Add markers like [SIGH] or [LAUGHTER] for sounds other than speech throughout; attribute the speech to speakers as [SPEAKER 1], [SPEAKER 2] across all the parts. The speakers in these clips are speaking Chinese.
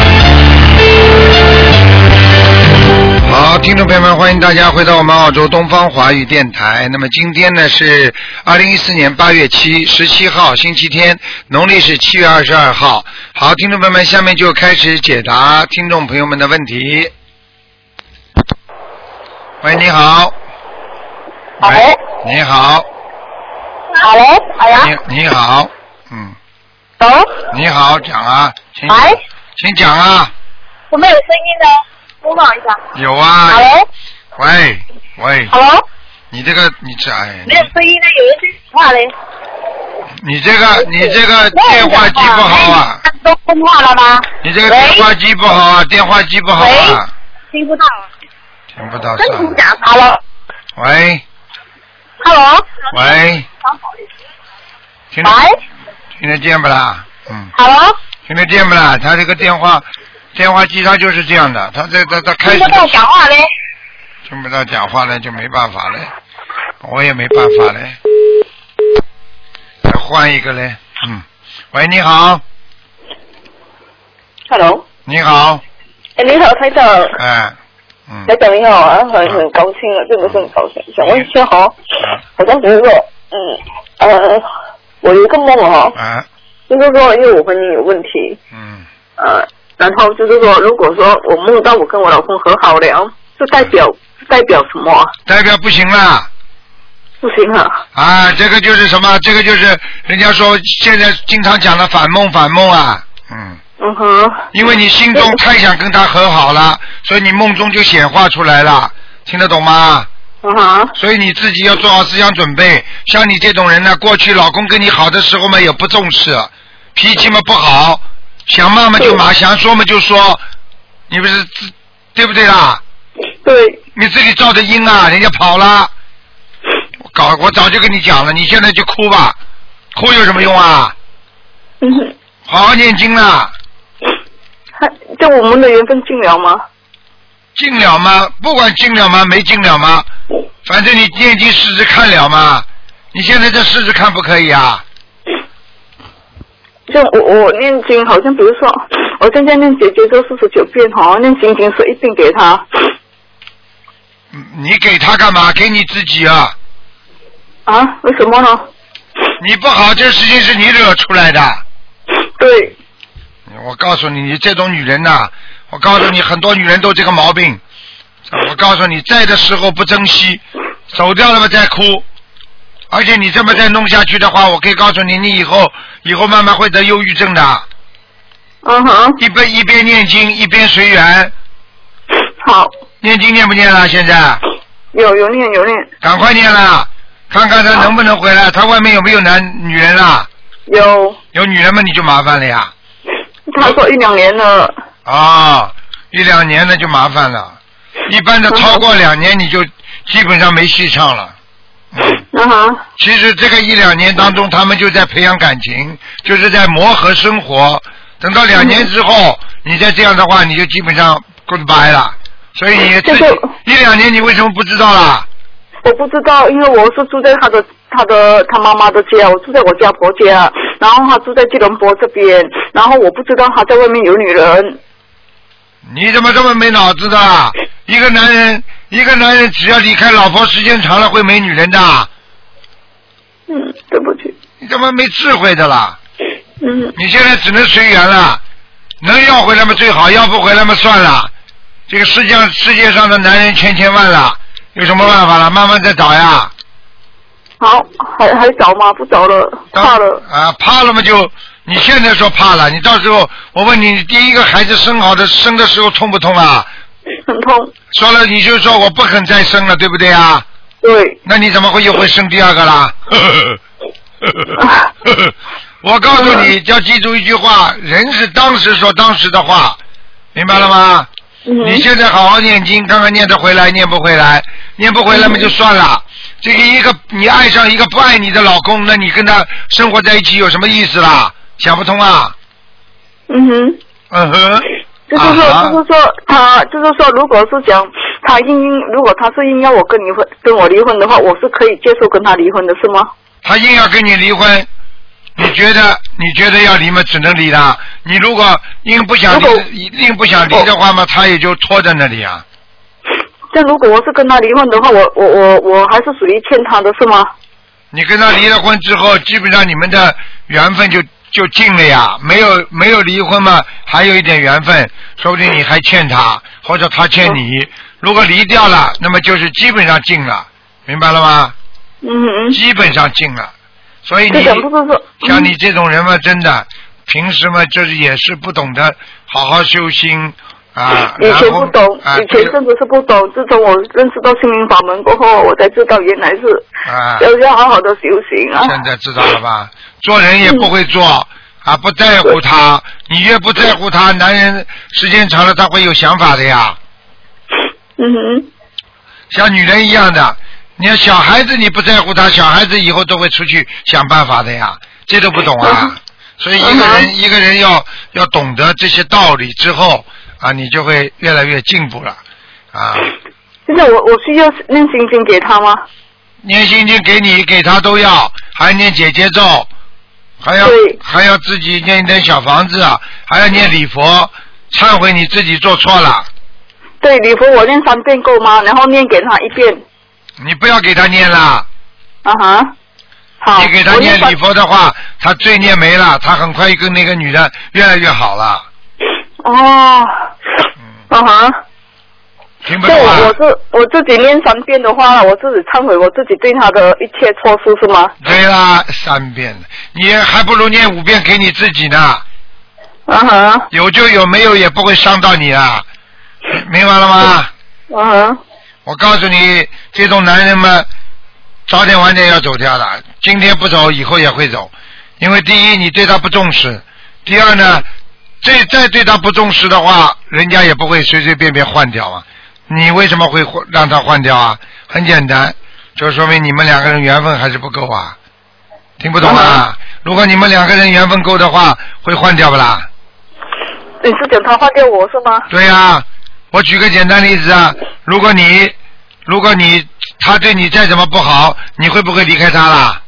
[SPEAKER 1] 好，听众朋友们，欢迎大家回到我们澳洲东方华语电台。那么今天呢是二零一四年八月七十七号，星期天，农历是七月二十二号。好，听众朋友们，下面就开始解答听众朋友们的问题。喂，你好。喂，你好，
[SPEAKER 2] 好嘞，好呀，
[SPEAKER 1] 你你好，嗯，
[SPEAKER 2] 走，
[SPEAKER 1] 你好，讲啊，请
[SPEAKER 2] 喂，
[SPEAKER 1] 请讲啊，
[SPEAKER 2] 怎么有声音呢？播放一下。
[SPEAKER 1] 有啊
[SPEAKER 2] 好，嘞，
[SPEAKER 1] 喂喂，
[SPEAKER 2] 好喽，
[SPEAKER 1] 你这个你这哎，
[SPEAKER 2] 没有声音呢，有人接电话嘞。
[SPEAKER 1] 你这个你这个
[SPEAKER 2] 没
[SPEAKER 1] 电
[SPEAKER 2] 有人
[SPEAKER 1] 话机
[SPEAKER 2] 讲
[SPEAKER 1] 不好啊。
[SPEAKER 2] 哎都通话了吗？
[SPEAKER 1] 你这个电话机不好啊，电话机不好啊，
[SPEAKER 2] 听不到，
[SPEAKER 1] 听不到
[SPEAKER 2] 真
[SPEAKER 1] 算
[SPEAKER 2] 听
[SPEAKER 1] 了
[SPEAKER 2] 不。啊讲。好喽，
[SPEAKER 1] 喂
[SPEAKER 2] 哈喽，
[SPEAKER 1] 喂，听
[SPEAKER 2] 喂，
[SPEAKER 1] 得听得见不啦？嗯，
[SPEAKER 2] 好喽，
[SPEAKER 1] 听得见不啦？他这个电话电话机它就是这样的，他在他他开
[SPEAKER 2] 听
[SPEAKER 1] 始
[SPEAKER 2] 不到讲话嘞。
[SPEAKER 1] 听不到讲话了，就没办法了，我也没办法了，再换一个嘞。嗯，喂，你好，
[SPEAKER 3] Hello，
[SPEAKER 1] 你好，
[SPEAKER 3] 哎，你好，台长，
[SPEAKER 1] 哎，嗯
[SPEAKER 3] 台长你好啊，很很高兴啊，真的是很高兴。想问一下哈，好像比如说，嗯，呃，我有一个梦哦，
[SPEAKER 1] 啊
[SPEAKER 3] 就是说，因为我婚姻有问题，
[SPEAKER 1] 嗯
[SPEAKER 3] 呃，然后就是说，如果说我梦到我跟我老公和好了，就代表代表什么啊？
[SPEAKER 1] 代表不行了。
[SPEAKER 3] 不行啊，
[SPEAKER 1] 啊，这个就是什么？这个就是人家说现在经常讲的反梦，反梦啊。嗯，
[SPEAKER 3] 嗯哼，
[SPEAKER 1] 因为你心中太想跟他和好了，所以你梦中就显化出来了，听得懂吗？
[SPEAKER 3] 嗯哼，
[SPEAKER 1] 所以你自己要做好思想准备。像你这种人呢，过去老公跟你好的时候嘛，也不重视，脾气嘛不好，想骂嘛就骂，想说嘛就说，你不是自对不对啦？
[SPEAKER 3] 对，
[SPEAKER 1] 你自己造的因啊，人家跑了。我搞，我早就跟你讲了，你现在就哭吧，哭有什么用啊？
[SPEAKER 3] 嗯哼， [LAUGHS]
[SPEAKER 1] 好好念经啦，
[SPEAKER 3] 他就我们的缘分尽了吗？
[SPEAKER 1] 进了吗？不管进了吗，没进了吗？反正你念经试试看了吗？你现在再试试看不可以啊？
[SPEAKER 3] 就我我念经，好像比如说，我现在念姐姐咒四十九遍哈，念心经是一并给他。
[SPEAKER 1] 嗯你给他干嘛？给你自己啊！
[SPEAKER 3] 啊？为什么呢？
[SPEAKER 1] 你不好，这事情是你惹出来的。
[SPEAKER 3] 对，
[SPEAKER 1] 我告诉你，你这种女人呐、我告诉你，很多女人都这个毛病。我告诉你，在的时候不珍惜，走掉了嘛再哭。而且你这么再弄下去的话，我可以告诉你，你以后以后慢慢会得忧郁症的。
[SPEAKER 3] 嗯哼，
[SPEAKER 1] 一边一边念经，一边随缘。
[SPEAKER 3] 好，
[SPEAKER 1] 念经念不念了？现在
[SPEAKER 3] 有有念有念，
[SPEAKER 1] 赶快念了，看看他能不能回来。他外面有没有男女人啦？
[SPEAKER 3] 有，
[SPEAKER 1] 有女人嘛，你就麻烦了呀。
[SPEAKER 3] 他说一两年了，
[SPEAKER 1] 啊、一两年那就麻烦了。一般的超过两年你就基本上没戏唱了。嗯，
[SPEAKER 3] 嗯哼，
[SPEAKER 1] 其实这个一两年当中，他们就在培养感情，就是在磨合生活。等到两年之后，你再这样的话，你就基本上 goodbye 了。所以你自己
[SPEAKER 3] 这个
[SPEAKER 1] 一两年，你为什么不知道啦？
[SPEAKER 3] 我不知道，因为我是住在他的他的他妈妈的家，我住在我家婆家，然后他住在吉隆坡这边，然后我不知道他在外面有女人，
[SPEAKER 1] 你怎么这么没脑子的啊？一个男人，一个男人只要离开老婆时间长了，会没女人的。
[SPEAKER 3] 嗯，对不起，
[SPEAKER 1] 你怎么没智慧的啦？
[SPEAKER 3] 嗯，
[SPEAKER 1] 你现在只能随缘了，能要回来嘛最好，要不回来嘛算了。这个世界上世界上的男人千千万了，有什么办法了？慢慢再找呀。
[SPEAKER 3] 好，还还早吗？不早了，怕了，
[SPEAKER 1] 啊，怕了嘛就你现在说怕了，你到时候我问你，你第一个孩子生好的生的时候痛不痛啊？
[SPEAKER 3] 很痛，
[SPEAKER 1] 说了你就说我不肯再生了，对不对啊？
[SPEAKER 3] 对。 [COUGHS]
[SPEAKER 1] 那你怎么会又会生第二个啦？我告诉
[SPEAKER 3] 嗯
[SPEAKER 1] 你，要记住一句话：人是当时说当时的话，明白了吗？
[SPEAKER 3] 嗯
[SPEAKER 1] 你现在好好念经，看看念得回来，念不回来，念不回来嘛就算了。这个一个你爱上一个不爱你的老公，那你跟他生活在一起有什么意思啦？想不通啊！
[SPEAKER 3] 嗯哼，
[SPEAKER 1] 嗯哼，
[SPEAKER 3] 就是说，
[SPEAKER 1] 啊哈
[SPEAKER 3] 就是说，他就是说，如果是讲他硬，如果他是硬要我跟离婚，跟我离婚的话，我是可以接受跟他离婚的，是吗？
[SPEAKER 1] 他硬要跟你离婚，你觉得你觉得要离吗？只能离啦。你如果硬不想
[SPEAKER 3] 如果哦
[SPEAKER 1] 离，硬不想离的话嘛，他也就拖在那里啊。
[SPEAKER 3] 但如果我是跟他离婚的话，我我我我还是属于欠他的，是吗？
[SPEAKER 1] 你跟他离了婚之后，基本上你们的缘分就就尽了呀。没有没有离婚嘛，还有一点缘分，说不定你还欠他，或者他欠
[SPEAKER 3] 哦
[SPEAKER 1] 你。如果离掉了，那么就是基本上尽了，明白了吗？
[SPEAKER 3] 嗯嗯，
[SPEAKER 1] 基本上尽了。所以
[SPEAKER 3] 这
[SPEAKER 1] 你
[SPEAKER 3] 个不是说，
[SPEAKER 1] 像你这种人嘛，真的平时嘛，就是也是不懂得好好修心啊。
[SPEAKER 3] 以
[SPEAKER 1] 然
[SPEAKER 3] 前
[SPEAKER 1] 后
[SPEAKER 3] 不懂，
[SPEAKER 1] 啊，
[SPEAKER 3] 以前真的是不懂。自从我认识到心灵法门过后，我才知道原来是
[SPEAKER 1] 啊，
[SPEAKER 3] 要要好好的修行啊。嗯
[SPEAKER 1] 现在知道了吧？做人也不会做啊，不在乎他，你越不在乎他，男人时间长了他会有想法的呀。
[SPEAKER 3] 嗯哼，
[SPEAKER 1] 像女人一样的，你要小孩子你不在乎他，小孩子以后都会出去想办法的呀，这都不懂
[SPEAKER 3] 嗯
[SPEAKER 1] 啊。所以一个人、一个人要要懂得这些道理之后啊，你就会越来越进步了啊。
[SPEAKER 3] 现在我我需要念心经给他吗？
[SPEAKER 1] 念心经给你给他都要，还念姐姐咒，还要
[SPEAKER 3] 对
[SPEAKER 1] 还要自己念一点小房子，啊还要念礼佛，忏悔你自己做错了，
[SPEAKER 3] 对，礼佛我念三遍够吗？然后念给他一遍。
[SPEAKER 1] 你不要给他念了，
[SPEAKER 3] 啊哈，好，
[SPEAKER 1] 你给他
[SPEAKER 3] 啊我
[SPEAKER 1] 念
[SPEAKER 3] 三
[SPEAKER 1] 礼佛的话，他罪孽没了，他很快跟那个女的越来越好了，
[SPEAKER 3] 哦，啊哈，
[SPEAKER 1] 听嗯不
[SPEAKER 3] 就
[SPEAKER 1] 懂啊？
[SPEAKER 3] 我我是我自己念三遍的话，我自己忏悔我自己对他的一切错事是吗？
[SPEAKER 1] 对啦，三遍了，你还不如念五遍给你自己呢，
[SPEAKER 3] 啊哈，
[SPEAKER 1] 有就有，没有也不会伤到你啊，明白了吗？
[SPEAKER 3] 啊哈，
[SPEAKER 1] 我告诉你，这种男人们，早点晚点要走掉的。今天不走，以后也会走。因为第一，你对他不重视；第二呢，这再对他不重视的话，人家也不会随随便便换掉啊。你为什么会换让他换掉啊？很简单，就说明你们两个人缘分还是不够啊。听不懂啊？如果你们两个人缘分够的话，会换掉不啦？
[SPEAKER 3] 你是讲他换掉我是吗？
[SPEAKER 1] 对呀、我举个简单例子啊，如果你如果你他对你再怎么不好，你会不会离开他啦？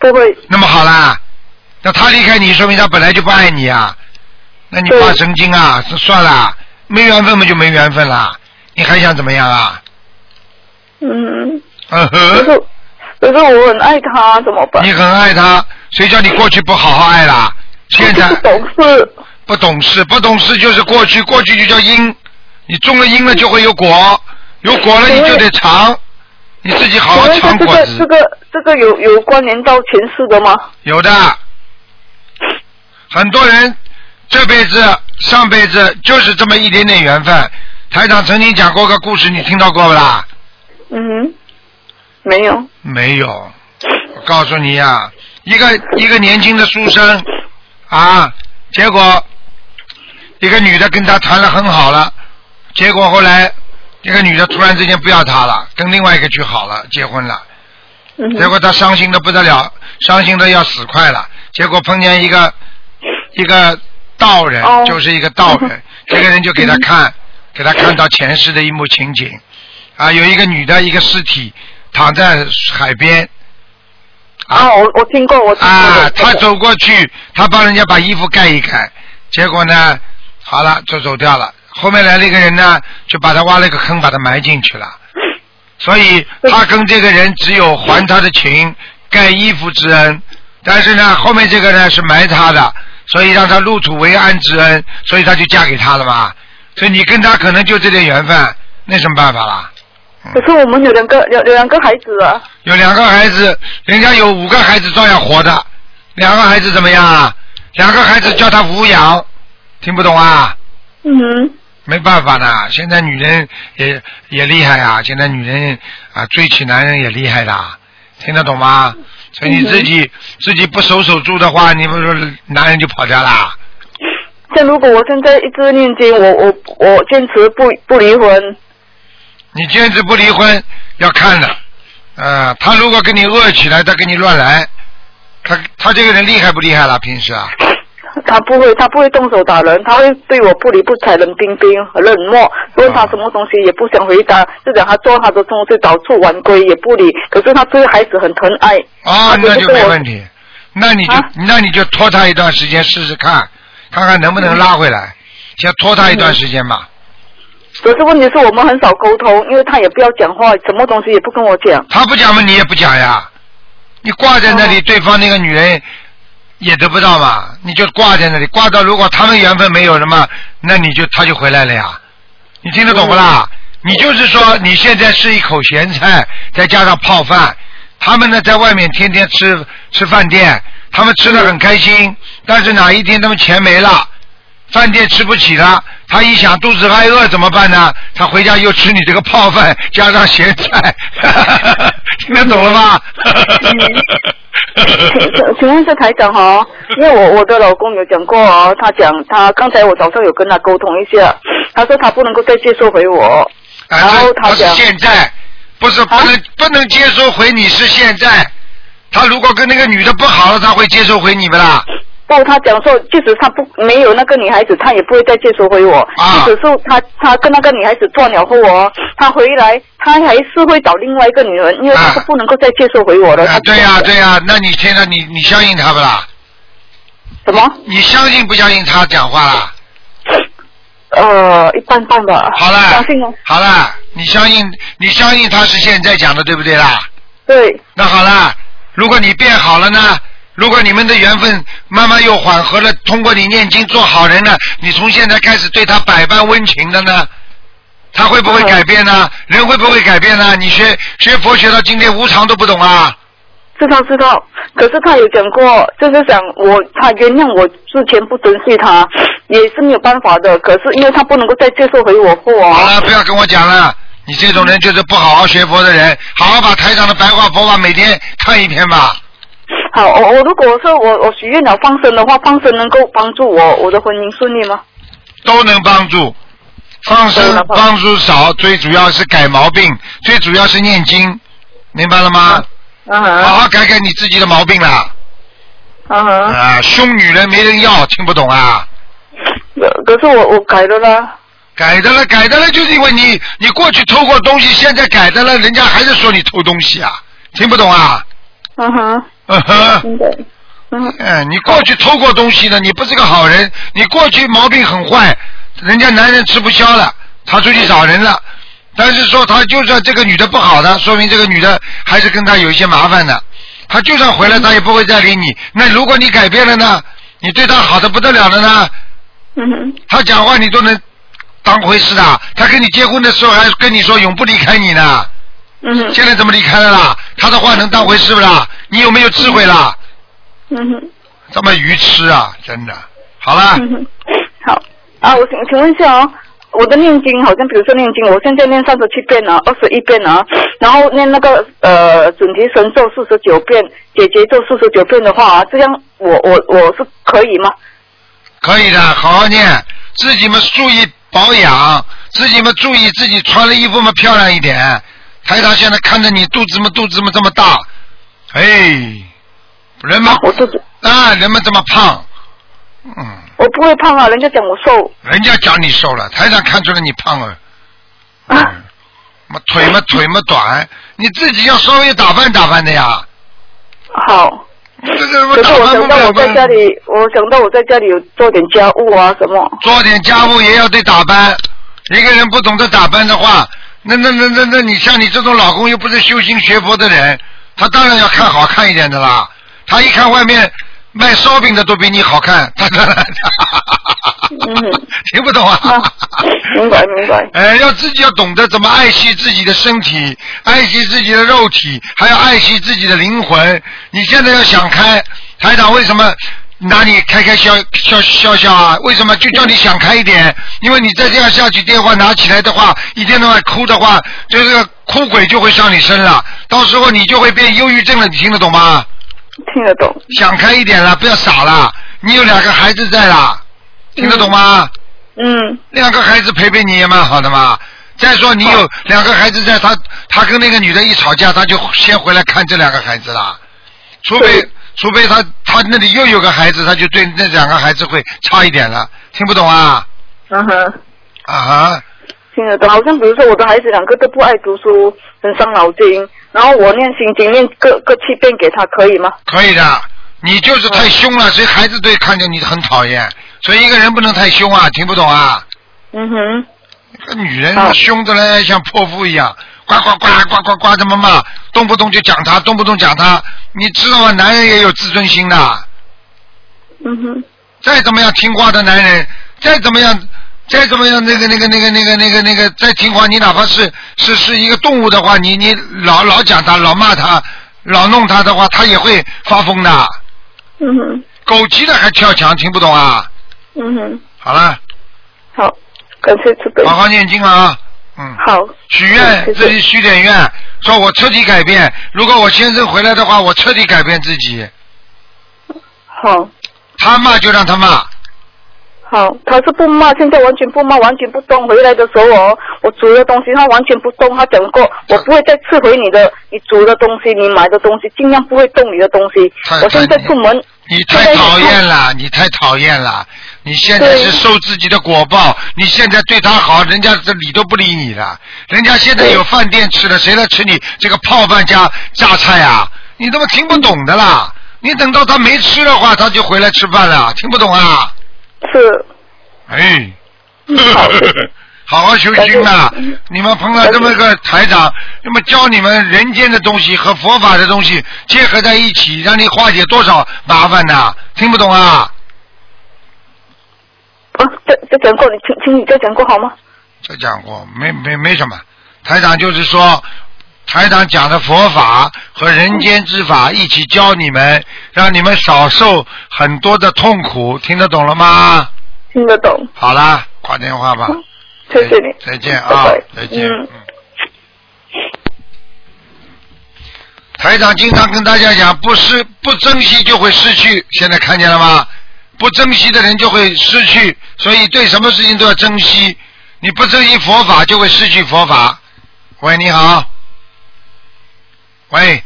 [SPEAKER 3] 不会，
[SPEAKER 1] 那么好啦，那他离开你，说明他本来就不爱你啊，那你发
[SPEAKER 3] 对
[SPEAKER 1] 神经啊，算算了，没缘分嘛就没缘分啦，你还想怎么样啊？
[SPEAKER 3] 嗯，
[SPEAKER 1] 嗯
[SPEAKER 3] 可
[SPEAKER 1] 哼，
[SPEAKER 3] 是可是我很爱他，怎么办？
[SPEAKER 1] 你很爱他，谁叫你过去不好好爱啦？现在
[SPEAKER 3] 我就不懂事，
[SPEAKER 1] 不懂事，不懂事就是过去，过去就叫因，你种了因了就会有果，有果了你就得尝，你自己好好
[SPEAKER 3] 请
[SPEAKER 1] 尝
[SPEAKER 3] 问这
[SPEAKER 1] 果
[SPEAKER 3] 个
[SPEAKER 1] 子。
[SPEAKER 3] 这个这个有有关联到前世的吗？
[SPEAKER 1] 有的，很多人这辈子、上辈子就是这么一点点缘分。台长曾经讲过个故事，你听到过不啦？
[SPEAKER 3] 嗯哼，没有，
[SPEAKER 1] 没有，我告诉你呀、一个一个年轻的书生啊，结果一个女的跟他谈了很好了，结果后来这个女的突然之间不要他了，跟另外一个去好了，结婚了。
[SPEAKER 3] 嗯
[SPEAKER 1] 结
[SPEAKER 3] 哼，
[SPEAKER 1] 果他伤心的不得了，伤心的要死快了。结果碰见一个一个道人，
[SPEAKER 3] 哦嗯
[SPEAKER 1] 就是一个道
[SPEAKER 3] [LAUGHS]
[SPEAKER 1] 人，这个人就给他看，给他看到前世的一幕情景，啊，有一个女的，一个尸体躺在海边，啊
[SPEAKER 3] 啊，我我听过，我听过。
[SPEAKER 1] 啊，他
[SPEAKER 3] 我
[SPEAKER 1] 走过去，他帮人家把衣服盖一盖，结果呢，好了就走掉了。后面来了一个人呢，就把他挖了一个坑，把他埋进去了。所以他跟这个人只有还他的情，盖衣服之恩。但是呢，后面这个呢是埋他的，所以让他入土为安之恩，所以他就嫁给他了嘛。所以你跟他可能就这点缘分，那什么办法啦？
[SPEAKER 3] 可是我们有两个有有两个孩子啊，
[SPEAKER 1] 有两个孩子，人家有五个孩子照样活的，两个孩子怎么样啊？两个孩子叫他抚养，听不懂啊？
[SPEAKER 3] 嗯哼，
[SPEAKER 1] 没办法的，现在女人也也厉害啊，现在女人啊追起男人也厉害的，听得懂吗？所以你自己、自己不守守住的话，你不是男人就跑掉啦？
[SPEAKER 3] 像如果我现在一直念经，我我我坚持不不离婚，
[SPEAKER 1] 你坚持不离婚要看的，呃，他如果跟你恶起来，他跟你乱来，他他这个人厉害不厉害了？平时啊？
[SPEAKER 3] 他
[SPEAKER 4] 他不会，他不会动手打人，他会对我不理不睬、冷冰冰、很冷漠。问他什么东西也不想回答，就讲他做他的东西，早出晚归也不理。可是他对孩子很疼爱。
[SPEAKER 1] 啊，
[SPEAKER 4] 他
[SPEAKER 1] 那就
[SPEAKER 4] 对
[SPEAKER 1] 没
[SPEAKER 4] 我
[SPEAKER 1] 问题，那你就、
[SPEAKER 4] 啊
[SPEAKER 1] 那你就拖他一段时间试试看，看看能不能拉回来，先拖他一段时间吧。
[SPEAKER 4] 可是问题是我们很少沟通，因为他也不要讲话，什么东西也不跟我讲。
[SPEAKER 1] 他不讲嘛，你也不讲呀，你挂在那里，对方那个女人也得不到嘛，你就挂在那里，挂到如果他们缘分没有了嘛，那你就他就回来了呀，你听得懂不啦？你就是说你现在是一口咸菜，再加上泡饭，他们呢在外面天天吃吃饭店，他们吃的很开心，但是哪一天他们钱没了。饭店吃不起了，他一想肚子挨饿怎么办呢？他回家又吃你这个泡饭 [LAUGHS] 加上咸菜， [LAUGHS] 听得懂了吗？ [LAUGHS]
[SPEAKER 4] 请请请问一下台长哈，因为我我的老公有讲过哦，他讲他刚才我早上有跟他沟通一下，他说他不能够再接受回我，
[SPEAKER 1] 啊，
[SPEAKER 4] 然后
[SPEAKER 1] 这
[SPEAKER 4] 他
[SPEAKER 1] 不是
[SPEAKER 4] 讲
[SPEAKER 1] 现在，不是不能、不能接受回你是现在。他如果跟那个女的不好了，他会接受回你们啦。
[SPEAKER 4] 不，他讲说即使他不没有那个女孩子，他也不会再接受回我，
[SPEAKER 1] 啊
[SPEAKER 4] 即使是他他跟那个女孩子断了后哦，他回来他还是会找另外一个女人，因为他
[SPEAKER 1] 啊
[SPEAKER 4] 是不能够再接受回我了。
[SPEAKER 1] 啊
[SPEAKER 4] 他，
[SPEAKER 1] 对呀、对呀、那你现在你你相信他不啦？
[SPEAKER 4] 什么？
[SPEAKER 1] 你相信不相信他讲话啦？
[SPEAKER 4] 呃，一般般吧。
[SPEAKER 1] 好了，
[SPEAKER 4] 相信哦。
[SPEAKER 1] 好了，你相信你相信他是现在讲的对不对啦？
[SPEAKER 4] 对，
[SPEAKER 1] 那好了，如果你变好了呢？如果你们的缘分慢慢又缓和了，通过你念经做好人了，你从现在开始对他百般温情的呢，他会不会改变呢？人会不会改变呢？你学学佛学到今天无常都不懂啊！
[SPEAKER 4] 知道知道，可是他有讲过，就是想我他原谅我之前不珍惜他，也是没有办法的。可是因为他不能够再接受回我货
[SPEAKER 1] 好
[SPEAKER 4] 啊，
[SPEAKER 1] 了，不要跟我讲了，你这种人就是不好好学佛的人，好好把台长的白话佛法每天看一篇吧。
[SPEAKER 4] 好，我我如果说我我许愿了放生的话，放生能够帮助我我的婚姻顺利吗？
[SPEAKER 1] 都能帮助，放
[SPEAKER 4] 都
[SPEAKER 1] 生
[SPEAKER 4] 能帮
[SPEAKER 1] 帮助少，最主要是改毛病，最主要是念经，明白了吗？好
[SPEAKER 4] 嗯哼，
[SPEAKER 1] 好改改你自己的毛病啦！
[SPEAKER 4] 嗯哼，
[SPEAKER 1] 啊，凶女人没人要，听不懂啊？
[SPEAKER 4] 可是我我改了啦，
[SPEAKER 1] 改的了，改的了，就是因为你你过去偷过东西，现在改的了，人家还是说你偷东西啊，听不懂啊？
[SPEAKER 4] 嗯哼，
[SPEAKER 1] 嗯哼，
[SPEAKER 4] 明白，嗯哼，
[SPEAKER 1] 嗯，你过去偷过东西的，你不是个好人，你过去毛病很坏，人家男人吃不消了，他出去找人了。但是说他就算这个女的不好的，说明这个女的还是跟他有一些麻烦的。他就算回来，他也不会再理你。那如果你改变了呢？你对他好的不得了了呢？
[SPEAKER 4] 嗯哼，
[SPEAKER 1] 他讲话你都能当回事的。他跟你结婚的时候还跟你说永不离开你呢，
[SPEAKER 4] 嗯哼，
[SPEAKER 1] 现在怎么离开了啦？他的话能当回事不啦？你有没有智慧啦？
[SPEAKER 4] 嗯哼。
[SPEAKER 1] 这么愚痴啊，真的。好
[SPEAKER 4] [LAUGHS]
[SPEAKER 1] 了，
[SPEAKER 4] 嗯哼，好啊，我请请问一下哦，我的念经好像比如说念经，我现在念三十七遍啊，二十一遍啊，然后念那个呃准提神咒四十九遍，解结咒四十九遍的话、啊，这样我我我是可以吗？
[SPEAKER 1] 可以的，好好念，自己们注意保养，自己们注意自己穿的衣服嘛漂亮一点。台长现在看着你肚子嘛肚子嘛这么大，哎，人嘛
[SPEAKER 4] 我自己
[SPEAKER 1] 啊人嘛这么胖，嗯，
[SPEAKER 4] 我不会胖啊，人家讲我瘦
[SPEAKER 1] 人家讲你瘦了，台长看出来你胖了。
[SPEAKER 4] 啊，
[SPEAKER 1] 嘛腿
[SPEAKER 4] [LAUGHS]
[SPEAKER 1] 嘛腿嘛短，你自己要稍微打扮打扮的呀。
[SPEAKER 4] 好。
[SPEAKER 1] 这个
[SPEAKER 4] 可
[SPEAKER 1] 打
[SPEAKER 4] 是我
[SPEAKER 1] 扮
[SPEAKER 4] 想
[SPEAKER 1] 不
[SPEAKER 4] 到
[SPEAKER 1] 了
[SPEAKER 4] 我在家里，我想到我在家里有做点家务啊什么，
[SPEAKER 1] 做点家务也要对打扮。一个人不懂得打扮的话，那那那那那你像你这种老公又不是修心学佛的人，他当然要看好看一点的啦。他一看外面卖烧饼的都比你好看，他当然。
[SPEAKER 4] 嗯，
[SPEAKER 1] [LAUGHS] 听不懂啊
[SPEAKER 4] 啊？
[SPEAKER 1] [LAUGHS]
[SPEAKER 4] 明白明白
[SPEAKER 1] 哎，要自己要懂得怎么爱惜自己的身体，爱惜自己的肉体，还要爱惜自己的灵魂。你现在要想开，台长为什么拿你开开笑笑笑笑啊？为什么就叫你想开一点？因为你再这样下去，电话拿起来的话，一天到晚哭的话，这个哭鬼就会上你身了，到时候你就会变忧郁症了。你听得懂吗？
[SPEAKER 4] 听得懂，
[SPEAKER 1] 想开一点了，不要傻了。你有两个孩子在啦，听得懂吗？
[SPEAKER 4] 嗯
[SPEAKER 1] 两个孩子陪陪你也蛮好的嘛。再说你有两个孩子在，他他跟那个女的一吵架，他就先回来看这两个孩子啦。除非
[SPEAKER 4] 对
[SPEAKER 1] 除非他他他那里又有个孩子，他就对那两个孩子会差一点了，听不懂啊？
[SPEAKER 3] 嗯哼，
[SPEAKER 1] 啊哈，
[SPEAKER 3] 听得懂。好像比如说我的孩子两个都不爱读书，很伤脑筋，然后我念心经念各各七遍给他，可以吗？
[SPEAKER 1] 可以的，你就是太凶了，所以孩子对看见你很讨厌，所以一个人不能太凶啊，听不懂啊？
[SPEAKER 3] 嗯哼，
[SPEAKER 1] 这女人
[SPEAKER 3] 好
[SPEAKER 1] 凶的嘞，像泼妇一样，呱呱呱呱呱呱这么骂，动不动就讲她，动不动讲她，你知道吗？男人也有自尊心的，
[SPEAKER 3] 嗯哼，
[SPEAKER 1] 再怎么样听话的男人，再怎么样，再怎么样那个那个那个那个那个那个再听话，你哪怕是是是一个动物的话，你你老老讲他，老骂他，老弄他的话，他也会发疯的。
[SPEAKER 3] 嗯哼，
[SPEAKER 1] 狗急了还跳墙，听不懂啊？
[SPEAKER 3] 嗯哼，
[SPEAKER 1] 好了，
[SPEAKER 3] 好，感谢慈悲。
[SPEAKER 1] 好好念经啊，嗯。
[SPEAKER 3] 好，
[SPEAKER 1] 许愿，
[SPEAKER 3] 嗯谢谢
[SPEAKER 1] 自己许点愿，说我彻底改变。如果我先生回来的话，我彻底改变自己。
[SPEAKER 3] 好，
[SPEAKER 1] 他骂就让他骂，
[SPEAKER 3] 好，他是不骂，现在完全不骂，完全不动。回来的时候哦，我煮的东西他完全不动，他讲过我不会再吃回你的，你煮的东西，你买的东西，尽量不会动你的东西
[SPEAKER 1] 太。
[SPEAKER 3] 我现在
[SPEAKER 1] 太
[SPEAKER 3] 出门，
[SPEAKER 1] 你太讨厌了，你太讨厌了。你现在
[SPEAKER 3] 对
[SPEAKER 1] 是受自己的果报，你现在对他好，人家这理都不理你了。人家现在有饭店吃了，谁来吃你这个泡饭加榨菜啊？你他妈听不懂的啦！你等到他没吃的话，他就回来吃饭了，听不懂啊？
[SPEAKER 3] 是
[SPEAKER 1] 哎
[SPEAKER 3] 好，
[SPEAKER 1] 好好修心呐！你们碰到这么个台长，那么教你们人间的东西和佛法的东西结合在一起，让你化解多少麻烦呐、听不懂啊？
[SPEAKER 3] 啊，再再讲过，你请请你再讲过好吗？
[SPEAKER 1] 这讲过，没没没什么。台长就是说，台长讲的佛法和人间之法一起教你们，让你们少受很多的痛苦，听得懂了吗？
[SPEAKER 3] 听得懂，
[SPEAKER 1] 好啦，挂电话吧。
[SPEAKER 3] 嗯谢谢你。
[SPEAKER 1] 再见啊
[SPEAKER 3] 拜拜，
[SPEAKER 1] 再见。
[SPEAKER 3] 嗯
[SPEAKER 1] 台长经常跟大家讲，不失不珍惜就会失去，现在看见了吗？不珍惜的人就会失去，所以对什么事情都要珍惜。你不珍惜佛法，就会失去佛法。喂，你好。喂，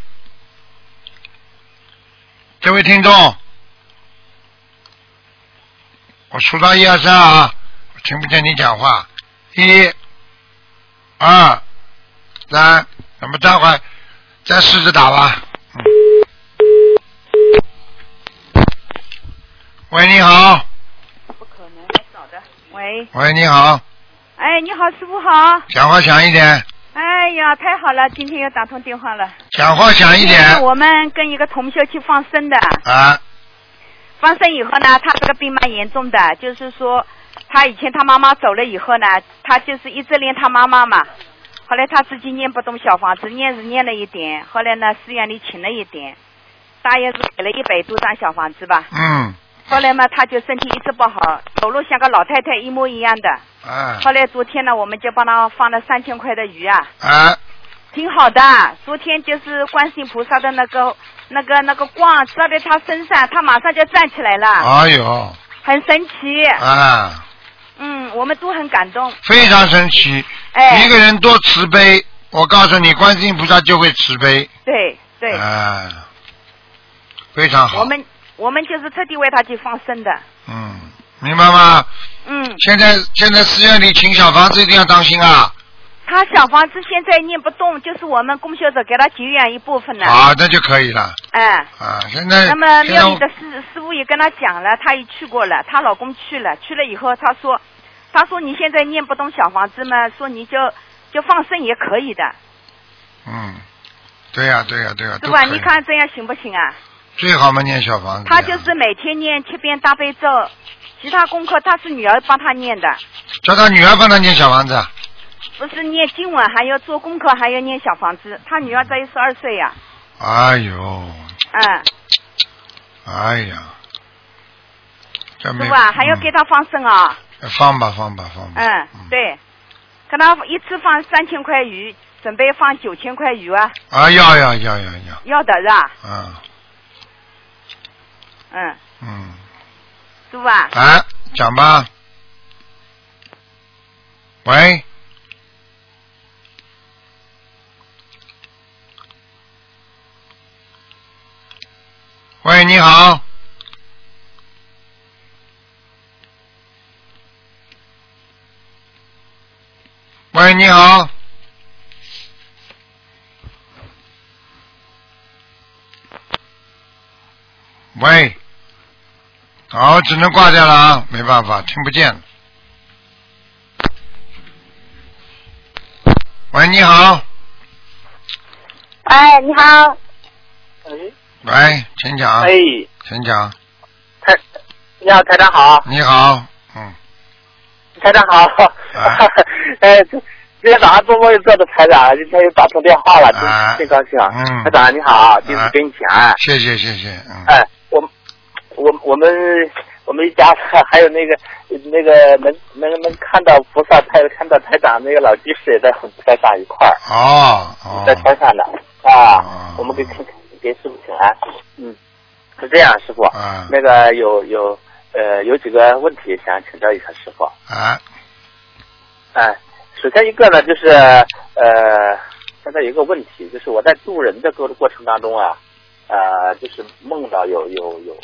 [SPEAKER 1] 这位听众，我数到一二三啊，我听不见你讲话。一、二、三，啊咱们待会儿再试着打吧。嗯。喂，你好。
[SPEAKER 5] 不可能，找的。喂，
[SPEAKER 1] 喂，你好，
[SPEAKER 5] 哎，你好，师傅好。
[SPEAKER 1] 讲话响一点，
[SPEAKER 5] 哎呀，太好了，今天又打通电话了。
[SPEAKER 1] 讲话响一点
[SPEAKER 5] 我们跟一个同学去放生的，
[SPEAKER 1] 啊！
[SPEAKER 5] 放生以后呢，他这个病蛮严重的，就是说他以前他妈妈走了以后呢，他就是一直念他妈妈嘛。后来他自己念不动小房子，念是念了一点，后来呢，寺院里请了一点，大约是给了一百多张小房子吧。
[SPEAKER 1] 嗯，
[SPEAKER 5] 后来嘛，他就身体一直不好，走路像个老太太一模一样的。
[SPEAKER 1] 啊
[SPEAKER 5] 后来昨天呢，我们就帮他放了三千块的鱼啊，
[SPEAKER 1] 啊，
[SPEAKER 5] 挺好的。昨天就是观世音菩萨的那个、那个、那个光照在他身上，他马上就站起来了，
[SPEAKER 1] 哎呦
[SPEAKER 5] 很神奇。
[SPEAKER 1] 啊，
[SPEAKER 5] 嗯，我们都很感动。
[SPEAKER 1] 非常神奇！
[SPEAKER 5] 哎
[SPEAKER 1] 一，个人多慈悲，我告诉你，观世音菩萨就会慈悲，
[SPEAKER 5] 对对，
[SPEAKER 1] 啊，非常
[SPEAKER 5] 我
[SPEAKER 1] 好，
[SPEAKER 5] 们我们就是特地为他去放生的。
[SPEAKER 1] 嗯，明白吗？
[SPEAKER 5] 嗯，
[SPEAKER 1] 现在现在寺院里请小房子一定要当心啊！
[SPEAKER 5] 他小房子现在念不动，就是我们供修者给他结缘一部分呢。
[SPEAKER 1] 啊，那就可以了
[SPEAKER 5] 哎，
[SPEAKER 1] 啊。现在
[SPEAKER 5] 那么
[SPEAKER 1] 现
[SPEAKER 5] 庙里
[SPEAKER 1] 在
[SPEAKER 5] 的师师傅也跟她讲了，她也去过了，她老公去了，去了以后她说，她说你现在念不动小房子嘛，说你就就放生也可以的，
[SPEAKER 1] 嗯，对呀、对呀、对呀、
[SPEAKER 5] 是
[SPEAKER 1] 都
[SPEAKER 5] 吧？
[SPEAKER 1] 可以
[SPEAKER 5] 你看这样行不行啊？
[SPEAKER 1] 最好嘛念小房子呀。
[SPEAKER 5] 她就是每天念七遍大悲咒，其他功课她是女儿帮她念的，
[SPEAKER 1] 叫他女儿帮他念小房子，
[SPEAKER 5] 不是念经文，还要做功课，还要念小房子。她女儿才十二岁呀、
[SPEAKER 1] 哎呦，
[SPEAKER 5] 嗯，
[SPEAKER 1] 哎呀，这没
[SPEAKER 5] 是吧？还要给她放生啊，
[SPEAKER 1] 嗯放吧放吧放吧。
[SPEAKER 5] 嗯，对，跟她一次放三千块鱼，准备放九千块鱼啊，
[SPEAKER 1] 啊，要要要要要，
[SPEAKER 5] 要的是吧？
[SPEAKER 1] 嗯
[SPEAKER 5] 嗯，
[SPEAKER 1] 嗯，
[SPEAKER 5] 是吧？
[SPEAKER 1] 哎，讲吧。喂，喂，你好，喂，你好。喂，好，只能挂掉了啊，没办法，听不见了。喂，你好，
[SPEAKER 2] 哎，你好，
[SPEAKER 6] 哎，
[SPEAKER 1] 喂，请讲，
[SPEAKER 6] 哎，
[SPEAKER 1] 请讲，
[SPEAKER 6] 台，你好，台长好，
[SPEAKER 1] 你好，嗯，
[SPEAKER 6] 台长好， [LAUGHS]
[SPEAKER 1] 啊
[SPEAKER 6] 哎，这今天早上做梦又做的台长，今天又打通电话了，真
[SPEAKER 1] 啊
[SPEAKER 6] 真高兴啊！
[SPEAKER 1] 嗯
[SPEAKER 6] 台长你好，弟
[SPEAKER 1] 啊
[SPEAKER 6] 子给你请安。
[SPEAKER 1] 谢谢谢谢，嗯，
[SPEAKER 6] 哎，我们我我们我们一家还有那个那个能能能看到菩萨，还有看到台长那个老居士也在和台长一块儿，
[SPEAKER 1] 哦哦
[SPEAKER 6] 在天上呢啊
[SPEAKER 1] 哦！
[SPEAKER 6] 我们给给师傅请安，嗯，是这样，师傅，
[SPEAKER 1] 啊
[SPEAKER 6] 那个有有呃有几个问题想请教一下师傅。
[SPEAKER 1] 啊
[SPEAKER 6] 哎，首先一个呢，就是呃，现在有一个问题，就是我在渡人的过过程当中啊，呃，就是梦到有有有，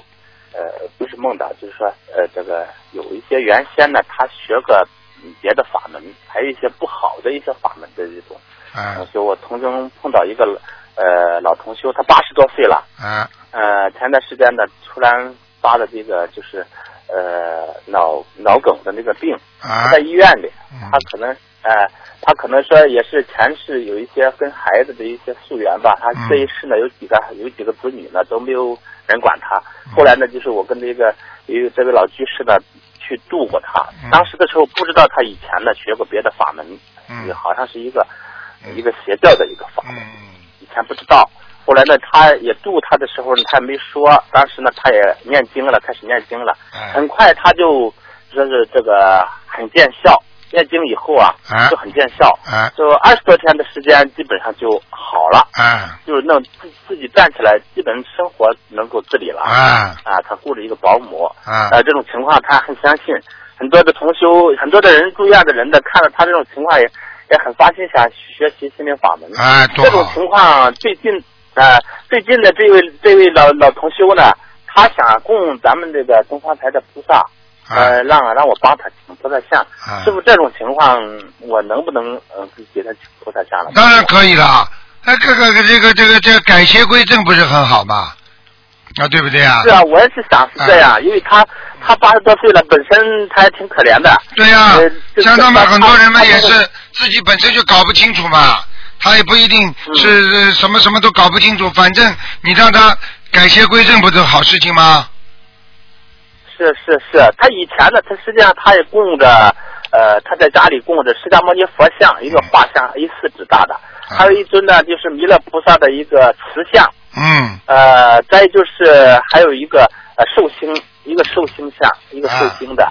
[SPEAKER 6] 呃，不是梦到，就是说呃，这个有一些原先呢，他学个嗯别的法门，还有一些不好的一些法门的这种，
[SPEAKER 1] 啊
[SPEAKER 6] 就我从中碰到一个呃老同修，他八十多岁了，
[SPEAKER 1] 啊
[SPEAKER 6] 呃，前段时间呢，突然发的这个就是呃脑脑梗的那个病，
[SPEAKER 1] 啊
[SPEAKER 6] 在医院里。
[SPEAKER 1] 嗯
[SPEAKER 6] 他可能，呃，他可能说也是前世有一些跟孩子的一些溯源吧。他
[SPEAKER 1] 嗯
[SPEAKER 6] 这一世呢，有几个有几个子女呢都没有人管他。后来呢，就是我跟这个一个这位老居士呢去度过他
[SPEAKER 1] 嗯。
[SPEAKER 6] 当时的时候不知道他以前呢学过别的法门，
[SPEAKER 1] 嗯
[SPEAKER 6] 也好像是一个一个邪教的一个法门。
[SPEAKER 1] 嗯
[SPEAKER 6] 以前不知道。后来呢，他也度他的时候呢，他也没说。当时呢，他也念经了，开始念经了。
[SPEAKER 1] 哎
[SPEAKER 6] 很快他就说是这个很见效，念经以后啊
[SPEAKER 1] 哎
[SPEAKER 6] 就很见效，
[SPEAKER 1] 啊
[SPEAKER 6] 就二十多天的时间基本上就好了，
[SPEAKER 1] 啊
[SPEAKER 6] 就是能自自己站起来，基本生活能够自理了。
[SPEAKER 1] 啊
[SPEAKER 6] 啊，他雇了一个保姆，
[SPEAKER 1] 啊
[SPEAKER 6] 呃，这种情况他很相信。很多的同修，很多的人住院的人呢，看到他这种情况也也很发心，想学习心灵法门。
[SPEAKER 1] 啊，多
[SPEAKER 6] 这种
[SPEAKER 1] 好
[SPEAKER 6] 情况最近呃最近的这位这位老老同修呢，他想供咱们这个东方台的菩萨，
[SPEAKER 1] 啊
[SPEAKER 6] 呃，让让我帮他请菩萨像，
[SPEAKER 1] 啊！
[SPEAKER 6] 师傅这种情况我能不能呃给他请菩萨像了？
[SPEAKER 1] 当然可以了。那这个这个这个这个改邪归正不是很好吗？啊，对不对啊？
[SPEAKER 6] 是啊，我也是想是这样，因为他他八十多岁了，本身他还挺可怜的，
[SPEAKER 1] 对呀、
[SPEAKER 6] 呃这
[SPEAKER 1] 像他们
[SPEAKER 6] 这
[SPEAKER 1] 很多人嘛
[SPEAKER 6] 他
[SPEAKER 1] 也
[SPEAKER 6] 他
[SPEAKER 1] 是自己本身就搞不清楚嘛，他也不一定
[SPEAKER 6] 嗯
[SPEAKER 1] 是呃什么什么都搞不清楚，反正你让他改邪归正不是好事情吗？
[SPEAKER 6] 是是是，他以前呢，他实际上他也供着，呃，他在家里供着释迦牟尼佛像，一个
[SPEAKER 1] 嗯
[SPEAKER 6] 画像 A 四纸大的，
[SPEAKER 1] 啊
[SPEAKER 6] 还有一尊呢，就是弥勒菩萨的一个瓷像，
[SPEAKER 1] 嗯，
[SPEAKER 6] 呃，再就是还有一个呃寿星，一个寿星像，一个寿星的。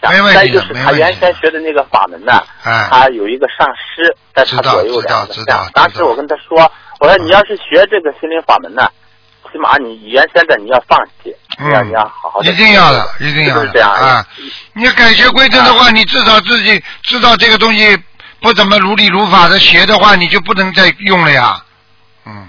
[SPEAKER 6] 像
[SPEAKER 1] 啊没问题
[SPEAKER 6] 再就是
[SPEAKER 1] 没
[SPEAKER 6] 他
[SPEAKER 1] 问题
[SPEAKER 6] 原先学的那个法门呢，
[SPEAKER 1] 哎
[SPEAKER 6] 他有一个上师在他左右
[SPEAKER 1] 知道知道
[SPEAKER 6] 两个
[SPEAKER 1] 知道啊
[SPEAKER 6] 像。当时我跟他说，我说你要是学这个心灵法门呢，起码你原先的你要放弃，
[SPEAKER 1] 嗯
[SPEAKER 6] 你要你要好好的。
[SPEAKER 1] 一定要的，一定要
[SPEAKER 6] 就是这
[SPEAKER 1] 的
[SPEAKER 6] 样啊
[SPEAKER 1] 啊！你改邪归正的话，你至少自己知道这个东西不怎么如理如法的学的话，你就不能再用了呀。嗯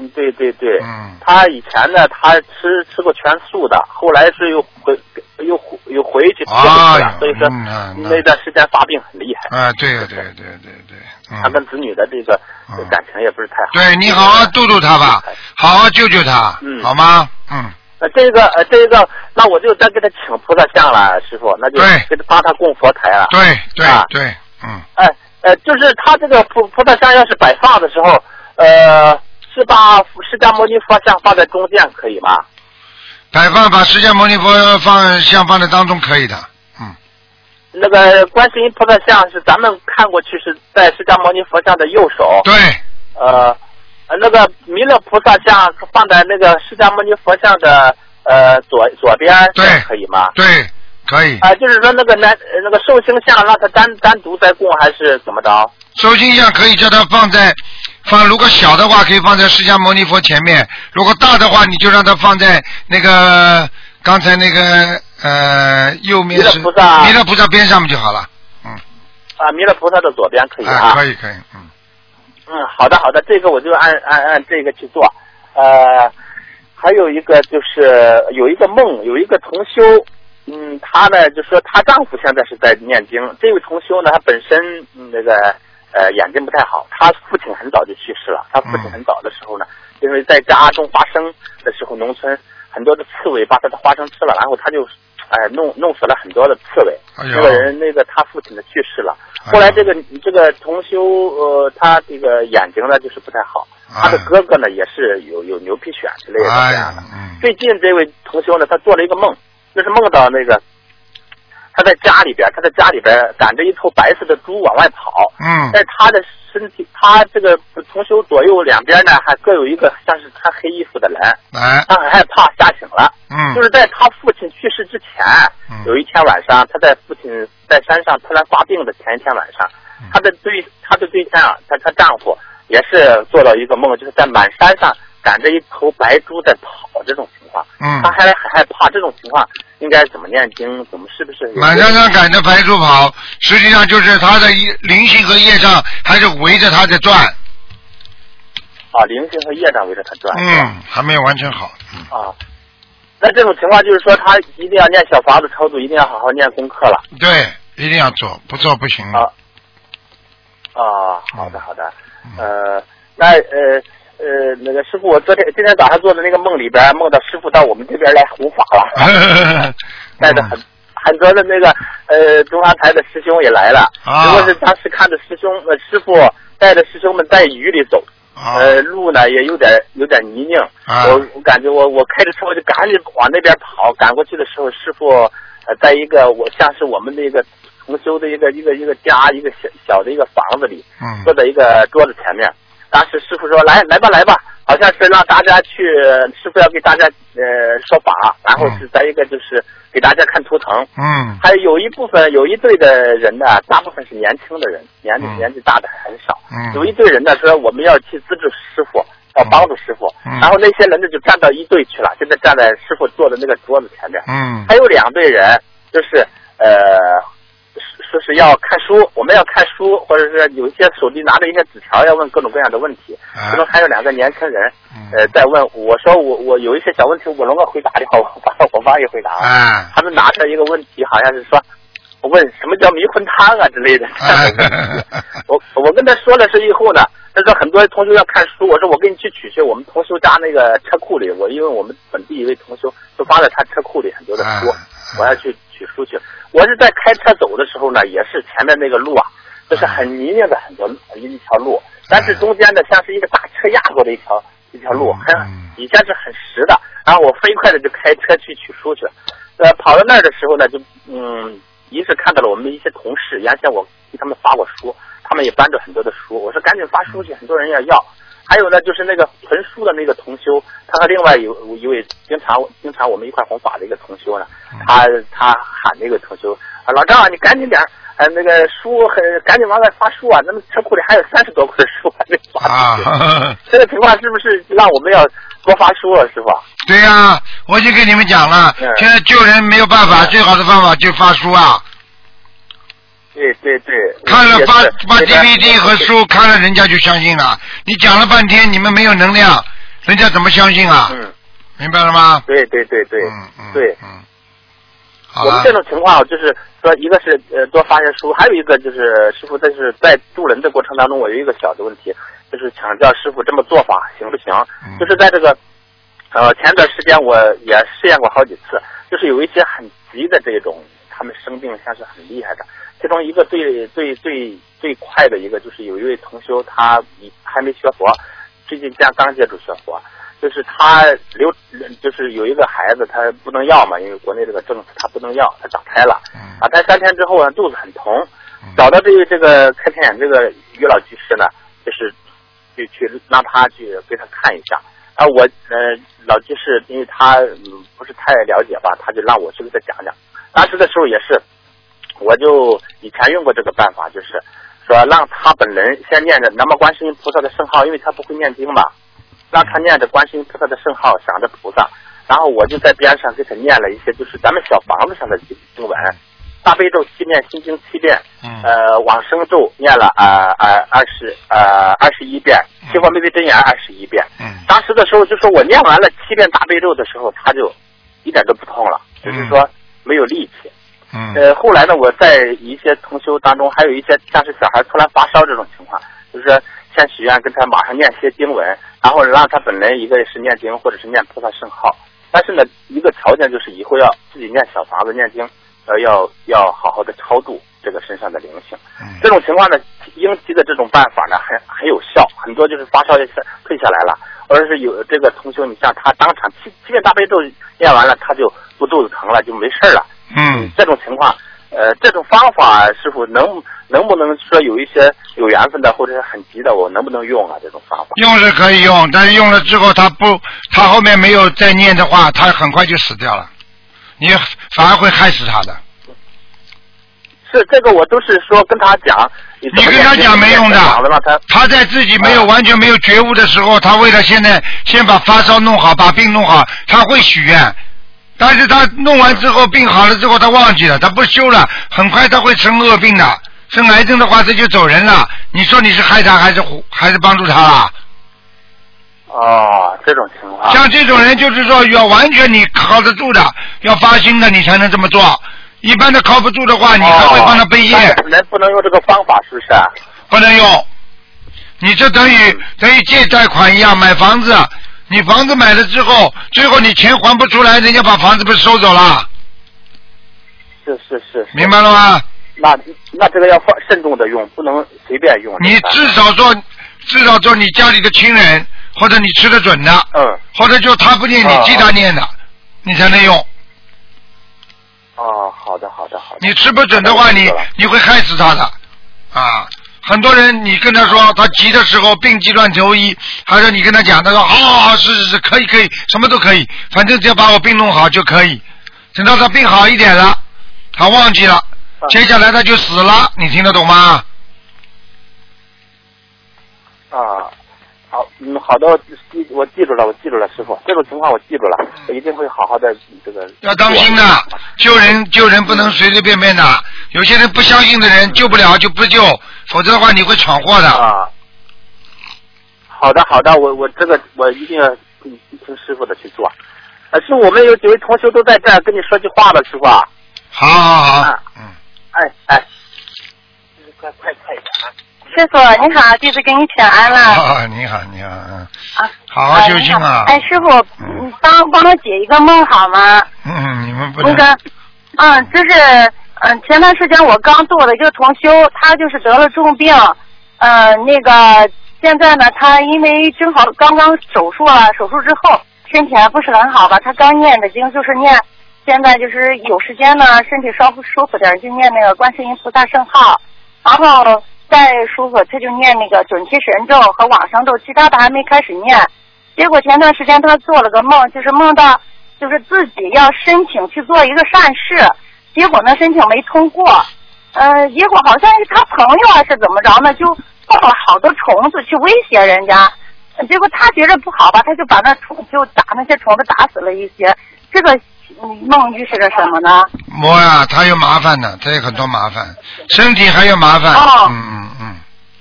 [SPEAKER 6] 嗯，对对对，
[SPEAKER 1] 嗯
[SPEAKER 6] 他以前呢，他吃吃过全素的，后来是又回又回又回去吃素
[SPEAKER 1] 哎
[SPEAKER 6] 了，所以说、
[SPEAKER 1] 嗯那那
[SPEAKER 6] 那段时间发病很厉害，
[SPEAKER 1] 啊，对对对对对，嗯。
[SPEAKER 6] 他跟子女的这个、
[SPEAKER 1] 嗯
[SPEAKER 6] 感情也不是太好。
[SPEAKER 1] 对你好好度度他吧，好好救救他，
[SPEAKER 6] 嗯
[SPEAKER 1] 好吗？嗯，
[SPEAKER 6] 那这个呃这个，那我就再给他请菩萨像了，师傅，那就
[SPEAKER 1] 对
[SPEAKER 6] 给他帮他供佛台了。
[SPEAKER 1] 对对、
[SPEAKER 6] 啊
[SPEAKER 1] 对，嗯，
[SPEAKER 6] 哎呃，就是他这个菩菩萨像要是摆放的时候，呃，是把释迦牟尼佛像放在中间可以吗？
[SPEAKER 1] 摆放把释迦牟尼佛放像放在当中可以的，嗯，
[SPEAKER 6] 那个观世音菩萨像是咱们看过去是在释迦牟尼佛像的右手，
[SPEAKER 1] 对，
[SPEAKER 6] 呃，呃那个弥勒菩萨像放在那个释迦牟尼佛像的呃左左边，
[SPEAKER 1] 对
[SPEAKER 6] 这样可以吗？
[SPEAKER 1] 对，可以。
[SPEAKER 6] 啊、就是说那个男呃那个寿星像让他单单独再供还是怎么着？
[SPEAKER 1] 收金像可以叫他放在放，如果小的话可以放在释迦牟尼佛前面，如果大的话你就让他放在那个刚才那个呃右面是
[SPEAKER 6] 弥勒菩萨
[SPEAKER 1] 弥勒菩萨边上面就好了，嗯，
[SPEAKER 6] 啊，弥勒菩萨的左边可以
[SPEAKER 1] 啊，
[SPEAKER 6] 啊。
[SPEAKER 1] 可以可以，嗯，
[SPEAKER 6] 嗯，好的好的，这个我就按按按这个去做。呃，还有一个就是有一个梦，有一个同修，嗯，嗯，她呢就说她丈夫现在是在念经，这位同修呢，他本身嗯那个呃眼睛不太好，他父亲很早就去世了，他父亲
[SPEAKER 1] 嗯
[SPEAKER 6] 很早的时候呢，因为在家种花生的时候，农村很多的刺猬把他的花生吃了，然后他就哎、弄弄死了很多的刺猬。
[SPEAKER 1] 哎
[SPEAKER 6] 这个
[SPEAKER 1] 呦，
[SPEAKER 6] 人那个他父亲呢去世了，
[SPEAKER 1] 哎
[SPEAKER 6] 后来这个这个同修呃他这个眼睛呢就是不太好，他的
[SPEAKER 1] 哎
[SPEAKER 6] 哥哥呢也是有有牛皮癣之类的
[SPEAKER 1] 哎
[SPEAKER 6] 这样的
[SPEAKER 1] 呀。，嗯，
[SPEAKER 6] 最近这位同修呢，他做了一个梦，就是梦到那个他在家里边，他在家里边赶着一头白色的猪往外跑，
[SPEAKER 1] 嗯
[SPEAKER 6] 但，是他的身体，他这个同修左右两边呢还各有一个像是穿黑衣服的人，
[SPEAKER 1] 来，
[SPEAKER 6] 他很害怕，吓醒了。
[SPEAKER 1] 嗯
[SPEAKER 6] 就是在他父亲去世之前，
[SPEAKER 1] 嗯
[SPEAKER 6] 有一天晚上，他在父亲在山上突然发病的前一天晚上
[SPEAKER 1] 嗯，
[SPEAKER 6] 他的对他的对象，啊他他丈夫也是做了一个梦，就是在满山上赶着一头白猪在跑这种情况，
[SPEAKER 1] 嗯
[SPEAKER 6] 他，还很害怕这种情况应该怎么念经，怎么是不是有
[SPEAKER 1] 满山上赶着白猪跑，实际上就是他的业灵性和业障还是围着他在转，
[SPEAKER 6] 啊灵性和业障围着他转？是吧
[SPEAKER 1] 嗯，还没有完全好，嗯，
[SPEAKER 6] 啊，那这种情况就是说他一定要念小房子超度，一定要好好念功课了。
[SPEAKER 1] 对，一定要做，不做不行。
[SPEAKER 6] 啊啊，好的好的，
[SPEAKER 1] 嗯
[SPEAKER 6] 呃，那呃呃，那个师傅，我昨天今天早上做的那个梦里边，梦到师傅到我们这边来弘法
[SPEAKER 1] 嗯
[SPEAKER 6] 了， [LAUGHS] 带着很很多的那个呃中央台的师兄也来了。
[SPEAKER 1] 啊
[SPEAKER 6] 如果是当时看着师兄呃师傅带着师兄们在雨里走，
[SPEAKER 1] 啊
[SPEAKER 6] 呃路呢也有点有点泥泞，
[SPEAKER 1] 啊
[SPEAKER 6] 我我感觉我我开着车我就赶紧往那边跑，赶过去的时候师傅呃在一个我像是我们的一个重修的一个一个一个家一个小小的一个房子里，
[SPEAKER 1] 嗯
[SPEAKER 6] 坐在一个桌子前面。当时师傅说：“来来吧，来吧。”好像是让大家去，师傅要给大家呃说法，然后是在一个就是给大家看图腾。
[SPEAKER 1] 嗯
[SPEAKER 6] 还有一部分有一队的人呢，大部分是年轻的人，年纪
[SPEAKER 1] 嗯
[SPEAKER 6] 年纪大的很少。
[SPEAKER 1] 嗯，
[SPEAKER 6] 有一队人呢说我们要去资助师傅，要帮助师傅。
[SPEAKER 1] 嗯
[SPEAKER 6] 然后那些人呢就站到一队去了，现在站在师傅坐的那个桌子前面。
[SPEAKER 1] 嗯
[SPEAKER 6] 还有两队人，就是呃，说是要看书，我们要看书，或者是有一些手里拿着一些纸条，要问各种各样的问题。
[SPEAKER 1] 啊
[SPEAKER 6] 其中还有两个年轻人，
[SPEAKER 1] 嗯
[SPEAKER 6] 呃，在问我说我我有一些小问题，我能够回答的话，我帮我帮你回答。 [LAUGHS]
[SPEAKER 1] 哎
[SPEAKER 6] 他们拿出来一个问题，好像是说，我问什么叫迷魂汤啊之类的。
[SPEAKER 1] 哎
[SPEAKER 6] [LAUGHS]
[SPEAKER 1] [LAUGHS]
[SPEAKER 6] 我我跟他说了是以后呢，他说很多同学要看书，我说我给你去取去我们同修家那个车库里，我因为我们本地一位同修就放在他车库里很多的
[SPEAKER 1] 啊哎
[SPEAKER 6] 书，我要去取书去。我是在开车走的时候呢，也是前面那个路啊，就是很
[SPEAKER 1] 嗯
[SPEAKER 6] 泥泞的很多一条路，但是中间呢像是一个大车压过的一条一条路，很
[SPEAKER 1] 嗯
[SPEAKER 6] 底下是很实的。然后我飞快的就开车去取书去了。呃，跑到那儿的时候呢，就嗯，一是看到了我们的一些同事，原先我给他们发过书，他们也搬着很多的书，我说赶紧发书去，很多人要要。还有呢，就是那个囤书的那个同修，他和另外有一位经常经常我们一块弘法的一个同修呢，
[SPEAKER 1] 嗯
[SPEAKER 6] 他他喊那个同修啊，老张啊，你赶紧点儿，呃，那个书很赶紧往外发书啊，咱们车库里还有三十多块书还没发。
[SPEAKER 1] 啊，
[SPEAKER 6] 这个情况是不是让我们要多发书了，师傅？啊
[SPEAKER 1] 对呀、我已经跟你们讲了，
[SPEAKER 6] 嗯
[SPEAKER 1] 现在救人没有办法，最好的方法就发书啊，
[SPEAKER 6] 对对对，
[SPEAKER 1] 看了
[SPEAKER 6] 嗯也是
[SPEAKER 1] 发发
[SPEAKER 6] 这边
[SPEAKER 1] DVD 和书，看了人家就相信了。你讲了半天，你们没有能量，人家怎么相信啊？
[SPEAKER 6] 嗯，
[SPEAKER 1] 明白了吗？
[SPEAKER 6] 对对对对，
[SPEAKER 1] 嗯嗯，
[SPEAKER 6] 对，
[SPEAKER 1] 嗯，好
[SPEAKER 6] 我们
[SPEAKER 1] 了
[SPEAKER 6] 这，种情况就是说，一个是呃多发些书，还有一个就是师傅，但是在助人的过程当中，我有一个小的问题，就是想叫师傅这么做法行不行？
[SPEAKER 1] 嗯
[SPEAKER 6] 就是在这个呃前段时间我也试验过好几次，就是有一些很急的这种，他们生病像是很厉害的。其中一个最最最最快的一个就是有一位同修，他以还没学佛，最近刚刚接触学佛，就是他留就是有一个孩子他不能要嘛，因为国内这个政策他不能要，他打胎了，
[SPEAKER 1] 嗯
[SPEAKER 6] 打胎啊三天之后呢肚子很疼，
[SPEAKER 1] 嗯
[SPEAKER 6] 找到这个这个开天眼这个于老居士呢，就是去去让他去给他看一下。啊，我呃老居士，因为他嗯不是太了解吧，他就让我去给他讲讲。当时的时候也是，我就以前用过这个办法，就是说让他本人先念着南无观世音菩萨的圣号，因为他不会念经嘛，让他念着观世音菩萨的圣号，想着菩萨，然后我就在边上给他念了一些就是咱们小房子上的几经文，大悲咒七遍，心经七遍，
[SPEAKER 1] 嗯
[SPEAKER 6] 呃，往生咒念了呃呃二十呃二十一遍，西方玫瑰真言二十一遍。
[SPEAKER 1] 嗯
[SPEAKER 6] 当时的时候就说我念完了七遍大悲咒的时候，他就一点都不痛了，就是说没有力气。
[SPEAKER 1] 嗯
[SPEAKER 6] 呃，后来呢，我在一些同修当中，还有一些像是小孩突然发烧这种情况，就是先许愿跟他马上念些经文，然后让他本人一个是念经，或者是念菩萨圣号。但是呢，一个条件就是以后要自己念小房子、念经，呃，要要好好的超度这个身上的灵性。
[SPEAKER 1] 嗯
[SPEAKER 6] 这种情况呢，应急的这种办法呢，很很有效，很多就是发烧也是退下来了，或者是有这个同修，你像他当场七七遍大悲咒念完了，他就不肚子疼了，就没事儿了。
[SPEAKER 1] 嗯
[SPEAKER 6] 这种情况，呃，这种方法师傅能能不能说有一些有缘分的或者是很急的，我能不能用啊？这种方法？
[SPEAKER 1] 用是可以用，但是用了之后他不，他后面没有再念的话，他很快就死掉了，你反而会害死他的。
[SPEAKER 6] 是这个，我都是说跟他讲，你
[SPEAKER 1] 你跟他讲没用的
[SPEAKER 6] 讲了让他，
[SPEAKER 1] 他在自己没有
[SPEAKER 6] 啊
[SPEAKER 1] 完全没有觉悟的时候，他为了现在先把发烧弄好，把病弄好，他会许愿。但是他弄完之后，病好了之后，他忘记了，他不修了，很快他会成恶病的。生癌症的话，这就走人了。你说你是害他还是还是帮助他啦？
[SPEAKER 6] 哦，这种情况，
[SPEAKER 1] 像这种人，就是说要完全你靠得住的，要发心的，你才能这么做。一般的靠不住的话，你还会帮他背业。
[SPEAKER 6] 哦但是人不能用这个方法，是不是啊？
[SPEAKER 1] 不能用。你这等
[SPEAKER 6] 嗯
[SPEAKER 1] 于等于借贷款一样，买房子，你房子买了之后，最后你钱还不出来，人家把房子不是收走了，
[SPEAKER 6] 是是是，是
[SPEAKER 1] 明白了吗？
[SPEAKER 6] 那那这个要放慎重的用，不能随便用。
[SPEAKER 1] 你
[SPEAKER 6] 这个
[SPEAKER 1] 至少做，至少做你家里的亲人，或者你吃得准的，
[SPEAKER 6] 嗯
[SPEAKER 1] 或者就他不念你
[SPEAKER 6] 哦
[SPEAKER 1] 替他念的，你才能用。
[SPEAKER 6] 哦，好的好的好的。
[SPEAKER 1] 你吃不准的话，你
[SPEAKER 6] 好的
[SPEAKER 1] 你会害死他的，啊。很多人，你跟他说他急的时候病急乱投医，还是你跟他讲，他说好好好，是是是，可以可以，什么都可以，反正只要把我病弄好就可以。等到他病好一点了，他忘记了，
[SPEAKER 6] 嗯
[SPEAKER 1] 接下来他就死了，你听得懂吗？
[SPEAKER 6] 啊，好，嗯，好的，我记我记住了，我记住了，师傅，这种情况我记住了，我一定会好好的这个。
[SPEAKER 1] 嗯要当心的，救人救人不能随随便便的，有些人不相信的人救不了就不救，否则的话你会闯祸的。
[SPEAKER 6] 啊。好的，好的，我我这个我一定要听听师傅的去做。呃，是我们有几位同学都在这儿跟你说句话了，师傅啊。
[SPEAKER 1] 好好好
[SPEAKER 6] 啊，
[SPEAKER 1] 嗯。
[SPEAKER 6] 哎哎，快快快一点啊！
[SPEAKER 2] 师傅你好，弟子给你请安了。
[SPEAKER 1] 啊，你好，你好，嗯，
[SPEAKER 2] 啊，
[SPEAKER 1] 好好修心啊。
[SPEAKER 2] 哎，师傅，你帮帮我解一个梦好吗？
[SPEAKER 1] 嗯，你们不
[SPEAKER 2] 那
[SPEAKER 1] 能，
[SPEAKER 2] 个，嗯，就是，嗯，前段时间我刚做的一个同修，他就是得了重病，呃，那个现在呢，他因为正好刚刚手术了，手术之后身体还不是很好吧，他刚念的经就是念，现在就是有时间呢，身体稍不舒服点儿就念那个观世音菩萨圣号，然后再舒服他就念那个准提神咒和往生咒，其他的还没开始念。结果前段时间他做了个梦，就是梦到就是自己要申请去做一个善事，结果呢申请没通过，呃，结果好像是他朋友啊还是怎么着呢，就放了好多虫子去威胁人家，呃结果他觉着不好吧，他就把那虫就打那些虫子打死了一些，这个嗯梦预示着什么呢？
[SPEAKER 1] 摸呀、他有麻烦的，他有很多麻烦，身体还有麻烦。
[SPEAKER 2] 哦
[SPEAKER 1] 嗯嗯嗯，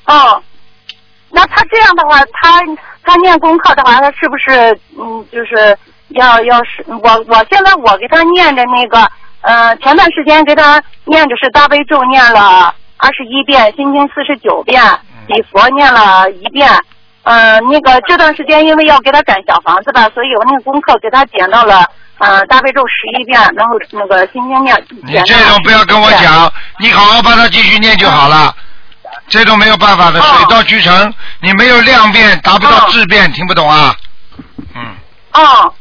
[SPEAKER 2] 哦，那他这样的话，他他念功课的话，他是不是嗯，就是要要是我我现在我给他念的那个呃，前段时间给他念的是大悲咒，念了二十一遍，心经四十九遍，
[SPEAKER 1] 嗯
[SPEAKER 2] 礼佛念了一遍。呃，那个这段时间因为要给他赶小房子吧，所以我那个功课给他减到了呃大悲咒十一遍，然后那个心经念
[SPEAKER 1] 你
[SPEAKER 2] 减到
[SPEAKER 1] 这种不要跟我讲，你好好帮他继续念就好了。这种没有办法的，
[SPEAKER 2] 哦
[SPEAKER 1] 水到渠成，你没有量变，达不到
[SPEAKER 2] 哦
[SPEAKER 1] 质变，听不懂啊？嗯，
[SPEAKER 2] 哦，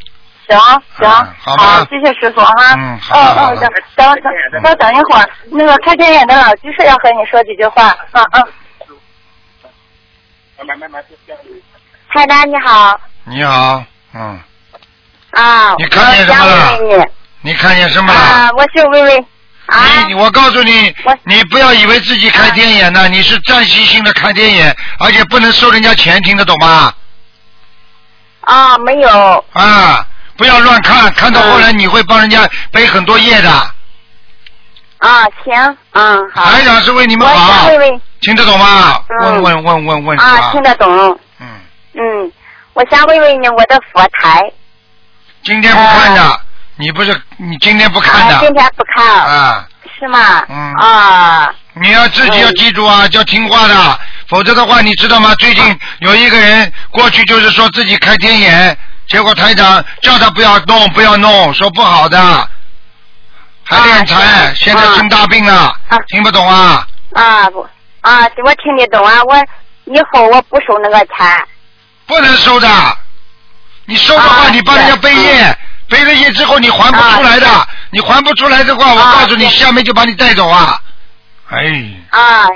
[SPEAKER 2] 行行，
[SPEAKER 1] 嗯好吧
[SPEAKER 2] 谢谢师傅哈。
[SPEAKER 1] 嗯好的好
[SPEAKER 2] 嗯嗯，
[SPEAKER 1] 的
[SPEAKER 2] 等等等，稍等一会儿，那个开天眼的老居士要和你说几句话。嗯嗯。
[SPEAKER 7] 海丹你好
[SPEAKER 1] 你好，嗯，
[SPEAKER 7] 啊，
[SPEAKER 1] 你看见什么了
[SPEAKER 7] 我想问你
[SPEAKER 1] 你看见什么了？
[SPEAKER 7] 啊，我是薇薇啊，
[SPEAKER 1] 你我告诉你
[SPEAKER 7] 我，嗯
[SPEAKER 1] 你不要以为自己开天眼呢，你是暂时性的开天眼，而且不能收人家钱，听得懂吗？
[SPEAKER 7] 啊没有
[SPEAKER 1] 啊，不要乱看，看到后来
[SPEAKER 7] 嗯
[SPEAKER 1] 你会帮人家背很多业的。
[SPEAKER 7] 啊，行，嗯好，
[SPEAKER 1] 台长是为哎你
[SPEAKER 7] 我
[SPEAKER 1] 们
[SPEAKER 7] 想
[SPEAKER 1] 好
[SPEAKER 7] 问，问
[SPEAKER 1] 听得懂吗？问
[SPEAKER 7] 嗯
[SPEAKER 1] 问问问问什
[SPEAKER 7] 啊，听
[SPEAKER 1] 么？
[SPEAKER 7] 得懂，
[SPEAKER 1] 嗯，
[SPEAKER 7] 嗯，我想问问你我的佛台
[SPEAKER 1] 今天不看的，你不是你今天不看
[SPEAKER 7] 嗯啊，
[SPEAKER 1] 的
[SPEAKER 7] 今天不看，
[SPEAKER 1] 啊？
[SPEAKER 7] 是吗？
[SPEAKER 1] 嗯
[SPEAKER 7] 啊，
[SPEAKER 1] 你要自己要记住啊，要听话的，否则的话，你知道吗？最
[SPEAKER 7] 啊
[SPEAKER 1] 近有一个人过去就是说自己开天眼，结果台长叫他不要弄，不要弄，说不好的，还敛财，现在生大病了，
[SPEAKER 7] 啊
[SPEAKER 1] 听不懂啊？
[SPEAKER 7] 啊不啊，我听得懂啊，我以后我不收那个钱。
[SPEAKER 1] 不能收的，你收的话，
[SPEAKER 7] 啊
[SPEAKER 1] 你帮人家背业
[SPEAKER 7] 对，
[SPEAKER 1] 背了业之后你还不出来的
[SPEAKER 7] 啊，
[SPEAKER 1] 你还不出来的话，我
[SPEAKER 7] 啊
[SPEAKER 1] 告诉你，
[SPEAKER 7] 对
[SPEAKER 1] 下面就把你带走啊！哎，
[SPEAKER 7] 啊，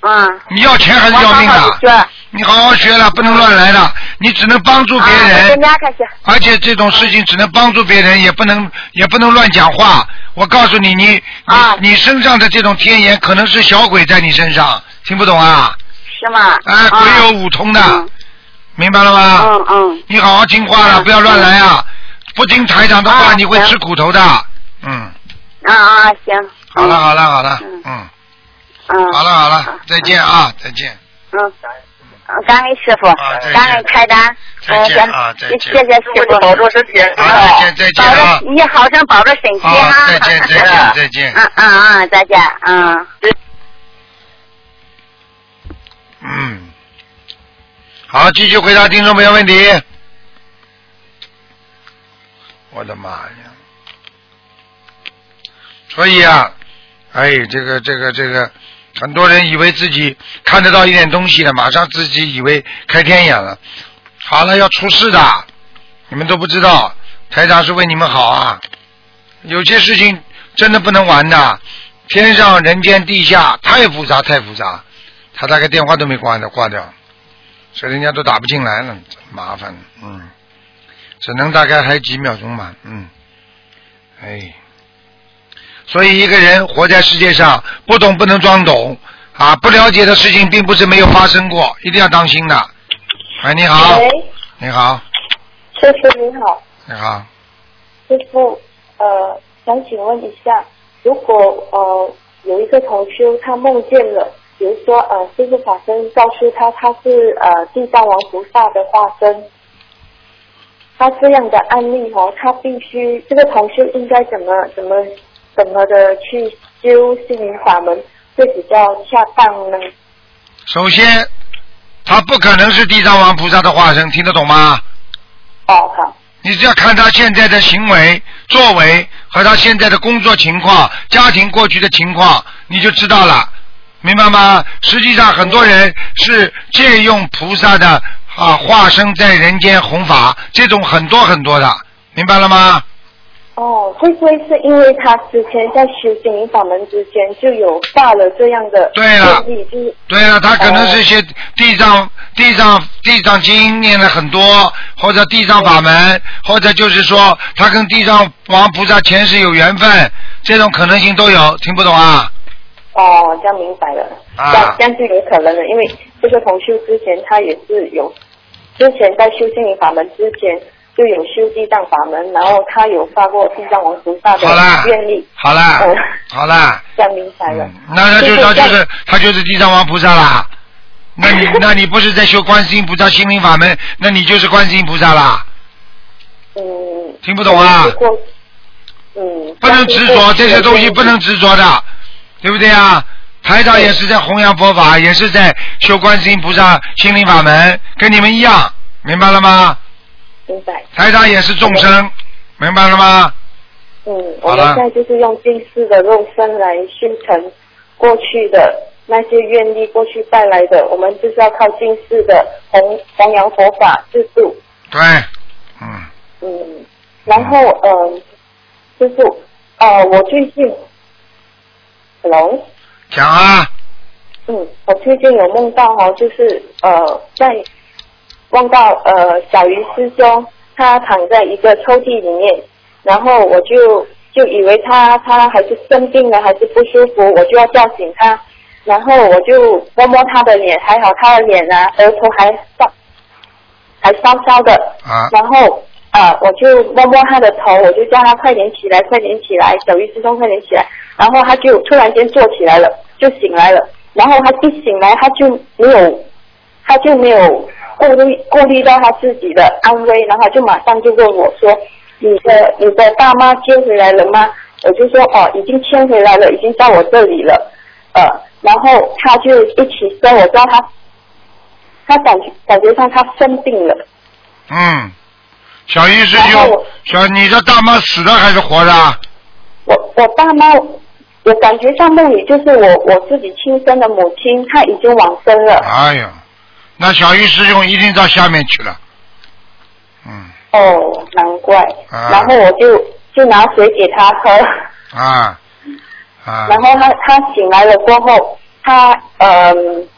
[SPEAKER 7] 嗯，
[SPEAKER 1] 你要钱还
[SPEAKER 7] 我
[SPEAKER 1] 是要命
[SPEAKER 7] 好好
[SPEAKER 1] 啊
[SPEAKER 7] 地？学。
[SPEAKER 1] 你好好学了，不能乱来了。你只能帮助别
[SPEAKER 7] 啊，我
[SPEAKER 1] 人
[SPEAKER 7] 跟，家开学。
[SPEAKER 1] 而且这种事情只能帮助别人，也不能也不能乱讲话。我告诉你，你你、
[SPEAKER 7] 啊
[SPEAKER 1] 你身上的这种天眼，可能是小鬼在你身上，听不懂啊？
[SPEAKER 7] 是吗？
[SPEAKER 1] 哎，
[SPEAKER 7] 啊
[SPEAKER 1] 鬼有五通的，啊
[SPEAKER 7] 嗯
[SPEAKER 1] 明白了吗？
[SPEAKER 7] 嗯嗯，
[SPEAKER 1] 你好好听话了，
[SPEAKER 7] 嗯
[SPEAKER 1] 不要乱来啊！不听台长的话，
[SPEAKER 7] 啊
[SPEAKER 1] 你会
[SPEAKER 7] 行
[SPEAKER 1] 吃苦头的。嗯，
[SPEAKER 7] 啊啊，行。
[SPEAKER 1] 好了，好了好了，
[SPEAKER 7] 嗯
[SPEAKER 1] 嗯，
[SPEAKER 7] 嗯，
[SPEAKER 1] 好了好了
[SPEAKER 7] 嗯，
[SPEAKER 1] 再见啊，再见。
[SPEAKER 7] 嗯，嗯感恩师傅
[SPEAKER 1] 啊再见，
[SPEAKER 7] 感恩开单，
[SPEAKER 1] 再
[SPEAKER 7] 嗯，
[SPEAKER 1] 见
[SPEAKER 7] 咱
[SPEAKER 1] 啊再见
[SPEAKER 7] 谢谢师傅，保重身体，
[SPEAKER 1] 啊再见再见啊
[SPEAKER 7] 保重，你好生保重身体
[SPEAKER 1] 啊
[SPEAKER 7] 啊，
[SPEAKER 1] 再见再见再见
[SPEAKER 7] 嗯嗯嗯，再见，嗯。
[SPEAKER 1] 嗯，好，继续回答听众朋友问题。我的妈呀！所以啊，哎，这个这个这个，很多人以为自己看得到一点东西了，马上自己以为开天眼了，好了要出事的，你们都不知道，台长是为你们好啊。有些事情真的不能玩的，天上人间地下太复杂太复杂。他大概电话都没挂掉，挂掉，所以人家都打不进来了，麻烦，嗯，只能大概还几秒钟吧，嗯，哎，所以一个人活在世界上，不懂不能装懂啊，不了解的事情并不是没有发生过，一定要当心的。喂，你好，你好，
[SPEAKER 4] 师傅你好，
[SPEAKER 1] 你好，
[SPEAKER 4] 师傅，呃，想请问一下，如果呃有一个同修他梦见了，比如说呃师傅法身告诉他他是呃地藏王菩萨的化身，他这样的案例哦，他必须这个同修应该怎么怎么怎么的去修心灵法门会比较恰当呢？
[SPEAKER 1] 首先，他不可能是地藏王菩萨的化身，听得懂吗？
[SPEAKER 4] 哦，好，
[SPEAKER 1] 你只要看他现在的行为、作为和他现在的工作情况、家庭过去的情况，你就知道了，明白吗？实际上，很多人是借用菩萨的啊化身在人间弘法，这种很多很多的，明白了吗？
[SPEAKER 4] 哦，会不会是因为他之前在修心灵法门之前就有犯了这样的
[SPEAKER 1] 对啊了
[SPEAKER 4] 问题，就是
[SPEAKER 1] 对了，他可能是
[SPEAKER 4] 哦
[SPEAKER 1] 些地藏、地藏、地藏经念了很多，或者地藏法门，或者就是说他跟地藏王菩萨前世有缘分，这种可能性都有，听不懂啊？
[SPEAKER 4] 哦，这样明白了，
[SPEAKER 1] 啊
[SPEAKER 4] 这样这样就有可能了，因为这个同修之前他也是有，之前在修心灵法门之前就有修地藏法门，然后他有发过地藏王菩萨的
[SPEAKER 1] 好啦
[SPEAKER 4] 愿力，
[SPEAKER 1] 好啦
[SPEAKER 4] 嗯，
[SPEAKER 1] 好啦，
[SPEAKER 4] 这样明白了
[SPEAKER 1] 嗯，那他就
[SPEAKER 4] 谢谢
[SPEAKER 1] 他就
[SPEAKER 4] 这样
[SPEAKER 1] 是他就是地藏王菩萨啦。那
[SPEAKER 4] [LAUGHS]
[SPEAKER 1] 你那你不是在修观世音菩萨心灵法门，那你就是观世音菩萨啦。
[SPEAKER 4] 嗯，
[SPEAKER 1] 听不懂啊
[SPEAKER 4] 可能是过嗯，
[SPEAKER 1] 不能执着这些东西，不能执着的，对不对啊？台长也是在弘扬佛法，也是在修观世音菩萨心灵法门，跟你们一样，明白了吗？
[SPEAKER 4] 明白，
[SPEAKER 1] 台长也是众生，明白了吗？
[SPEAKER 4] 嗯，我
[SPEAKER 1] 好
[SPEAKER 4] 们
[SPEAKER 1] 啦
[SPEAKER 4] 现在就是用近世的肉身来修成过去的那些愿力，过去带来的，我们就是要靠近世的弘弘扬佛法制度。
[SPEAKER 1] 对，嗯，
[SPEAKER 4] 嗯，然后嗯，师傅，呃，我最近，hello，
[SPEAKER 1] 讲啊，
[SPEAKER 4] 嗯，我最近有梦到哦，就是呃，在梦到呃小鱼师兄他躺在一个抽屉里面，然后我就就以为他他还是生病了，还是不舒服，我就要叫醒他，然后我就摸摸他的脸，还好他的脸啊，额头还烧还烧烧的，
[SPEAKER 1] 啊
[SPEAKER 4] 然后呃我就摸摸他的头，我就叫他快点起来，快点起来，小鱼师兄快点起来，然后他就突然间坐起来了，就醒来了，然后他一醒来他就没有他就没有顾虑顾虑到他自己的安危，然后就马上就问我说：“你的你的大妈接回来了吗？我就说哦，已经签回来了，已经到我这里了，呃，然后他就一起生，我知道他，他感觉感觉上他生病了，
[SPEAKER 1] 嗯，小姨是
[SPEAKER 4] 然后
[SPEAKER 1] 有
[SPEAKER 4] 我
[SPEAKER 1] 小，你的大妈死的还是活的啊？
[SPEAKER 4] 我我爸妈，我感觉上梦里就是我我自己亲生的母亲，她已经往生了，
[SPEAKER 1] 哎呦，那小姨师兄一定到下面去了。嗯
[SPEAKER 4] 哦，难怪，
[SPEAKER 1] 啊
[SPEAKER 4] 然后我就就拿水给他喝，
[SPEAKER 1] 啊啊
[SPEAKER 4] 然后他他醒来了过后，他嗯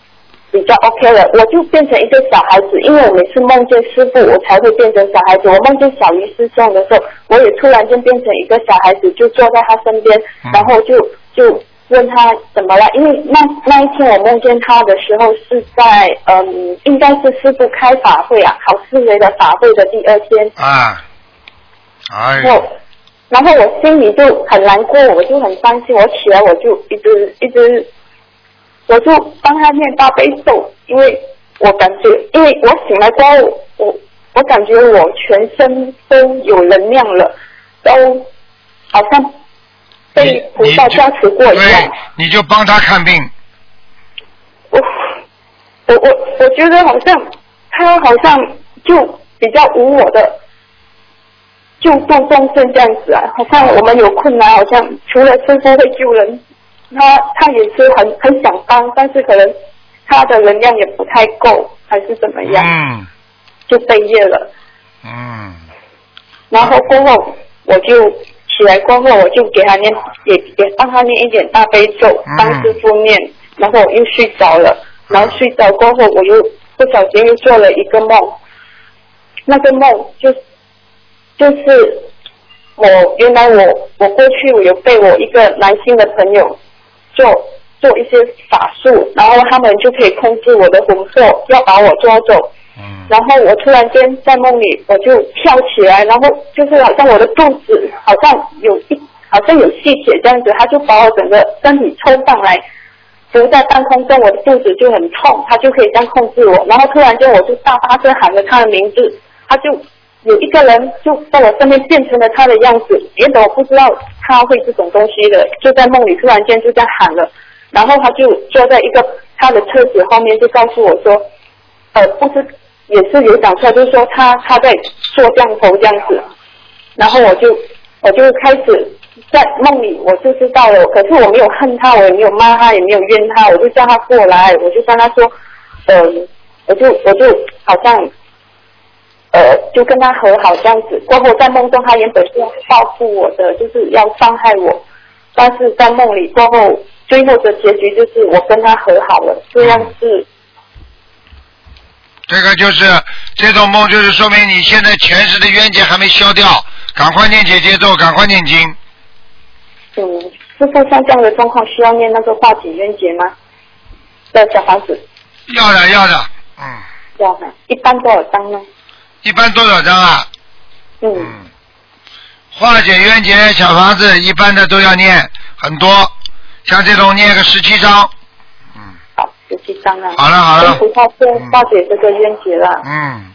[SPEAKER 4] 比较 OK 了，我就变成一个小孩子，因为我每次梦见师傅，我才会变成小孩子。我梦见小鱼师兄的时候，我也突然间变成一个小孩子，就坐在他身边
[SPEAKER 1] 嗯，
[SPEAKER 4] 然后就就问他怎么了，因为那那一天我梦见他的时候是在嗯，应该是师傅开法会啊，考思维的法会的第二天，
[SPEAKER 1] 啊！哎
[SPEAKER 4] 然后
[SPEAKER 1] 呦，
[SPEAKER 4] 然后我心里就很难过，我就很伤心。我起来我就一直一直，我就帮他念大悲咒，因为我感觉，因为我醒来之后，我我感觉我全身都有能量了，都好像被菩
[SPEAKER 1] 你你
[SPEAKER 4] 萨
[SPEAKER 1] 就
[SPEAKER 4] 加持过一
[SPEAKER 1] 对
[SPEAKER 4] 样。，
[SPEAKER 1] 你就帮他看病。
[SPEAKER 4] 我我我我觉得好像他好像就比较无我的救度众生这样子啊，好像我们有困难，好像除了师傅会救人，他他也是很很想帮，但是可能他的能量也不太够，还是怎么样，
[SPEAKER 1] 嗯
[SPEAKER 4] 就被业了。
[SPEAKER 1] 嗯，
[SPEAKER 4] 然后过后我就起来过后，我就给他念，也也帮他念一点大悲咒
[SPEAKER 1] 嗯，
[SPEAKER 4] 帮师傅念，然后我又睡着了，然后睡着过后，我又不小心又做了一个梦，那个梦就就是我原来我我过去我有被我一个男性的朋友做做一些法术，然后他们就可以控制我的魂魄，要把我抓走，
[SPEAKER 1] 嗯
[SPEAKER 4] 然后我突然间在梦里，我就跳起来，然后就是好像我的肚子好像有一好像有气血这样子，他就把我整个身体抽上来，浮在半空中，我的肚子就很痛，他就可以这样控制我。然后突然间我就大大声喊了他的名字，他就有一个人就在我身边变成了他的样子，原本我不知道他会这种东西的，就在梦里突然间就这样喊了，然后他就坐在一个他的车子后面，就告诉我说。呃，不知也是有讲出来，就是说他他在做降头这样子，然后我就我就开始在梦里我就知道了，可是我没有恨他，我也没有骂他，也没有怨他，我就叫他过来，我就跟他说，嗯、我就我就好像。呃，就跟他和好这样子。过后在梦中，他原本是要报复我的，就是要伤害我，但是在梦里过后，最后的结局就是我跟他和好了。这样是
[SPEAKER 1] 这个就是这种梦，就是说明你现在前世的冤结还没消掉，赶快念姐姐咒，赶快念经。
[SPEAKER 4] 嗯，师傅像这样的状况需要念那个化解冤结吗？的小房子
[SPEAKER 1] 要的要的，嗯，
[SPEAKER 4] 要吗？一般多少张呢？
[SPEAKER 1] 一般多少张啊？
[SPEAKER 4] 嗯，
[SPEAKER 1] 嗯，化解冤结小房子一般的都要念很多，像这种念个十七章，嗯
[SPEAKER 4] 好，十七张啊。
[SPEAKER 1] 好了好了
[SPEAKER 4] 跟菩萨
[SPEAKER 1] 嗯
[SPEAKER 4] 是化解这个冤结啦。
[SPEAKER 1] 嗯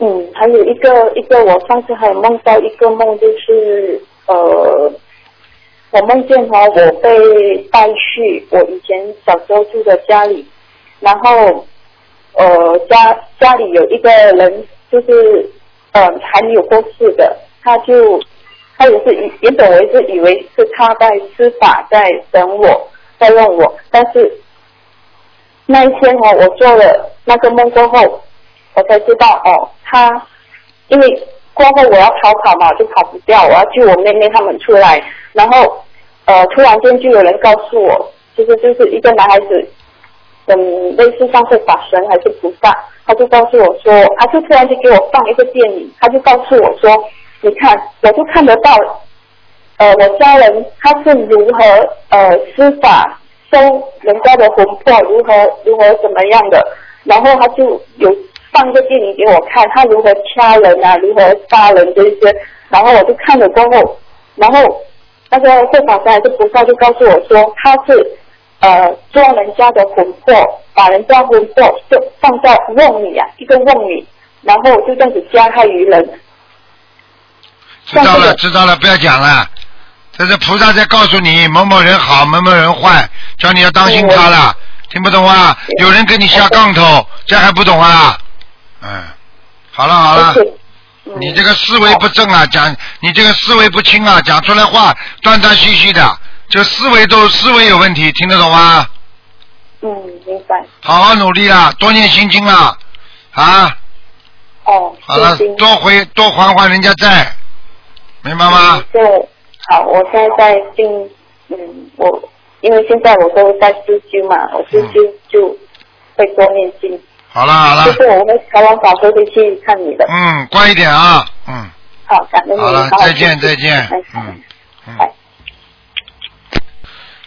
[SPEAKER 4] 嗯，还有一个一个，我上次还有梦到一个梦，就是呃，我梦见哈，我被带去我以前小时候住的家里，然后呃家家里有一个人，就是呃还没有过世的，他就他也是以原本我一直以为是他在施法在等我，在用我，但是那一天哦，我做了那个梦过后，我才知道哦，他因为过后我要逃跑嘛，我就跑不掉，我要救我妹妹他们出来，然后呃，突然间就有人告诉我，就是就是一个男孩子，嗯，类似像是法神还是菩萨，他就告诉我说，他就突然间给我放一个电影，他就告诉我说，你看，我就看得到呃，我家人他是如何呃施法收人家的魂魄，如何如何怎么样的，然后他就有放个电影给我看，他如何掐人啊，如何杀人这些，然后我就看了过后，然后那个护法神还是菩萨就告诉我说，他是呃抓人家的魂魄，把人家魂魄就放在瓮里啊，一个瓮里，然后就这样子加害于人，
[SPEAKER 1] 知道了，知道了，不要讲了。这是菩萨在告诉你某某人好，某某人坏，叫你要当心他了。听不懂啊？有人跟你下杠头，这还不懂啊？嗯，好了好
[SPEAKER 2] 哦
[SPEAKER 1] 了，你这个思维不正啊，讲你这个思维不清啊，讲出来话断断续续的，就思维都思维有问题，听得懂吗？
[SPEAKER 2] 嗯，明白。
[SPEAKER 1] 好好努力啦，多念心经啦，啊，
[SPEAKER 2] 哦，
[SPEAKER 1] 好了
[SPEAKER 2] 谢谢，
[SPEAKER 1] 多回多还还人家债，明白吗？
[SPEAKER 2] 对，好，我现在在进，嗯，我因为现在我都在自修嘛，我自修就会多念经，
[SPEAKER 1] 好了好
[SPEAKER 2] 就
[SPEAKER 1] 了，
[SPEAKER 2] 是我会采完法会回去看你的。
[SPEAKER 1] 嗯，乖一点啊，嗯。
[SPEAKER 2] 好，感恩你。
[SPEAKER 1] 好了
[SPEAKER 2] 好，
[SPEAKER 1] 再见，再见。嗯嗯。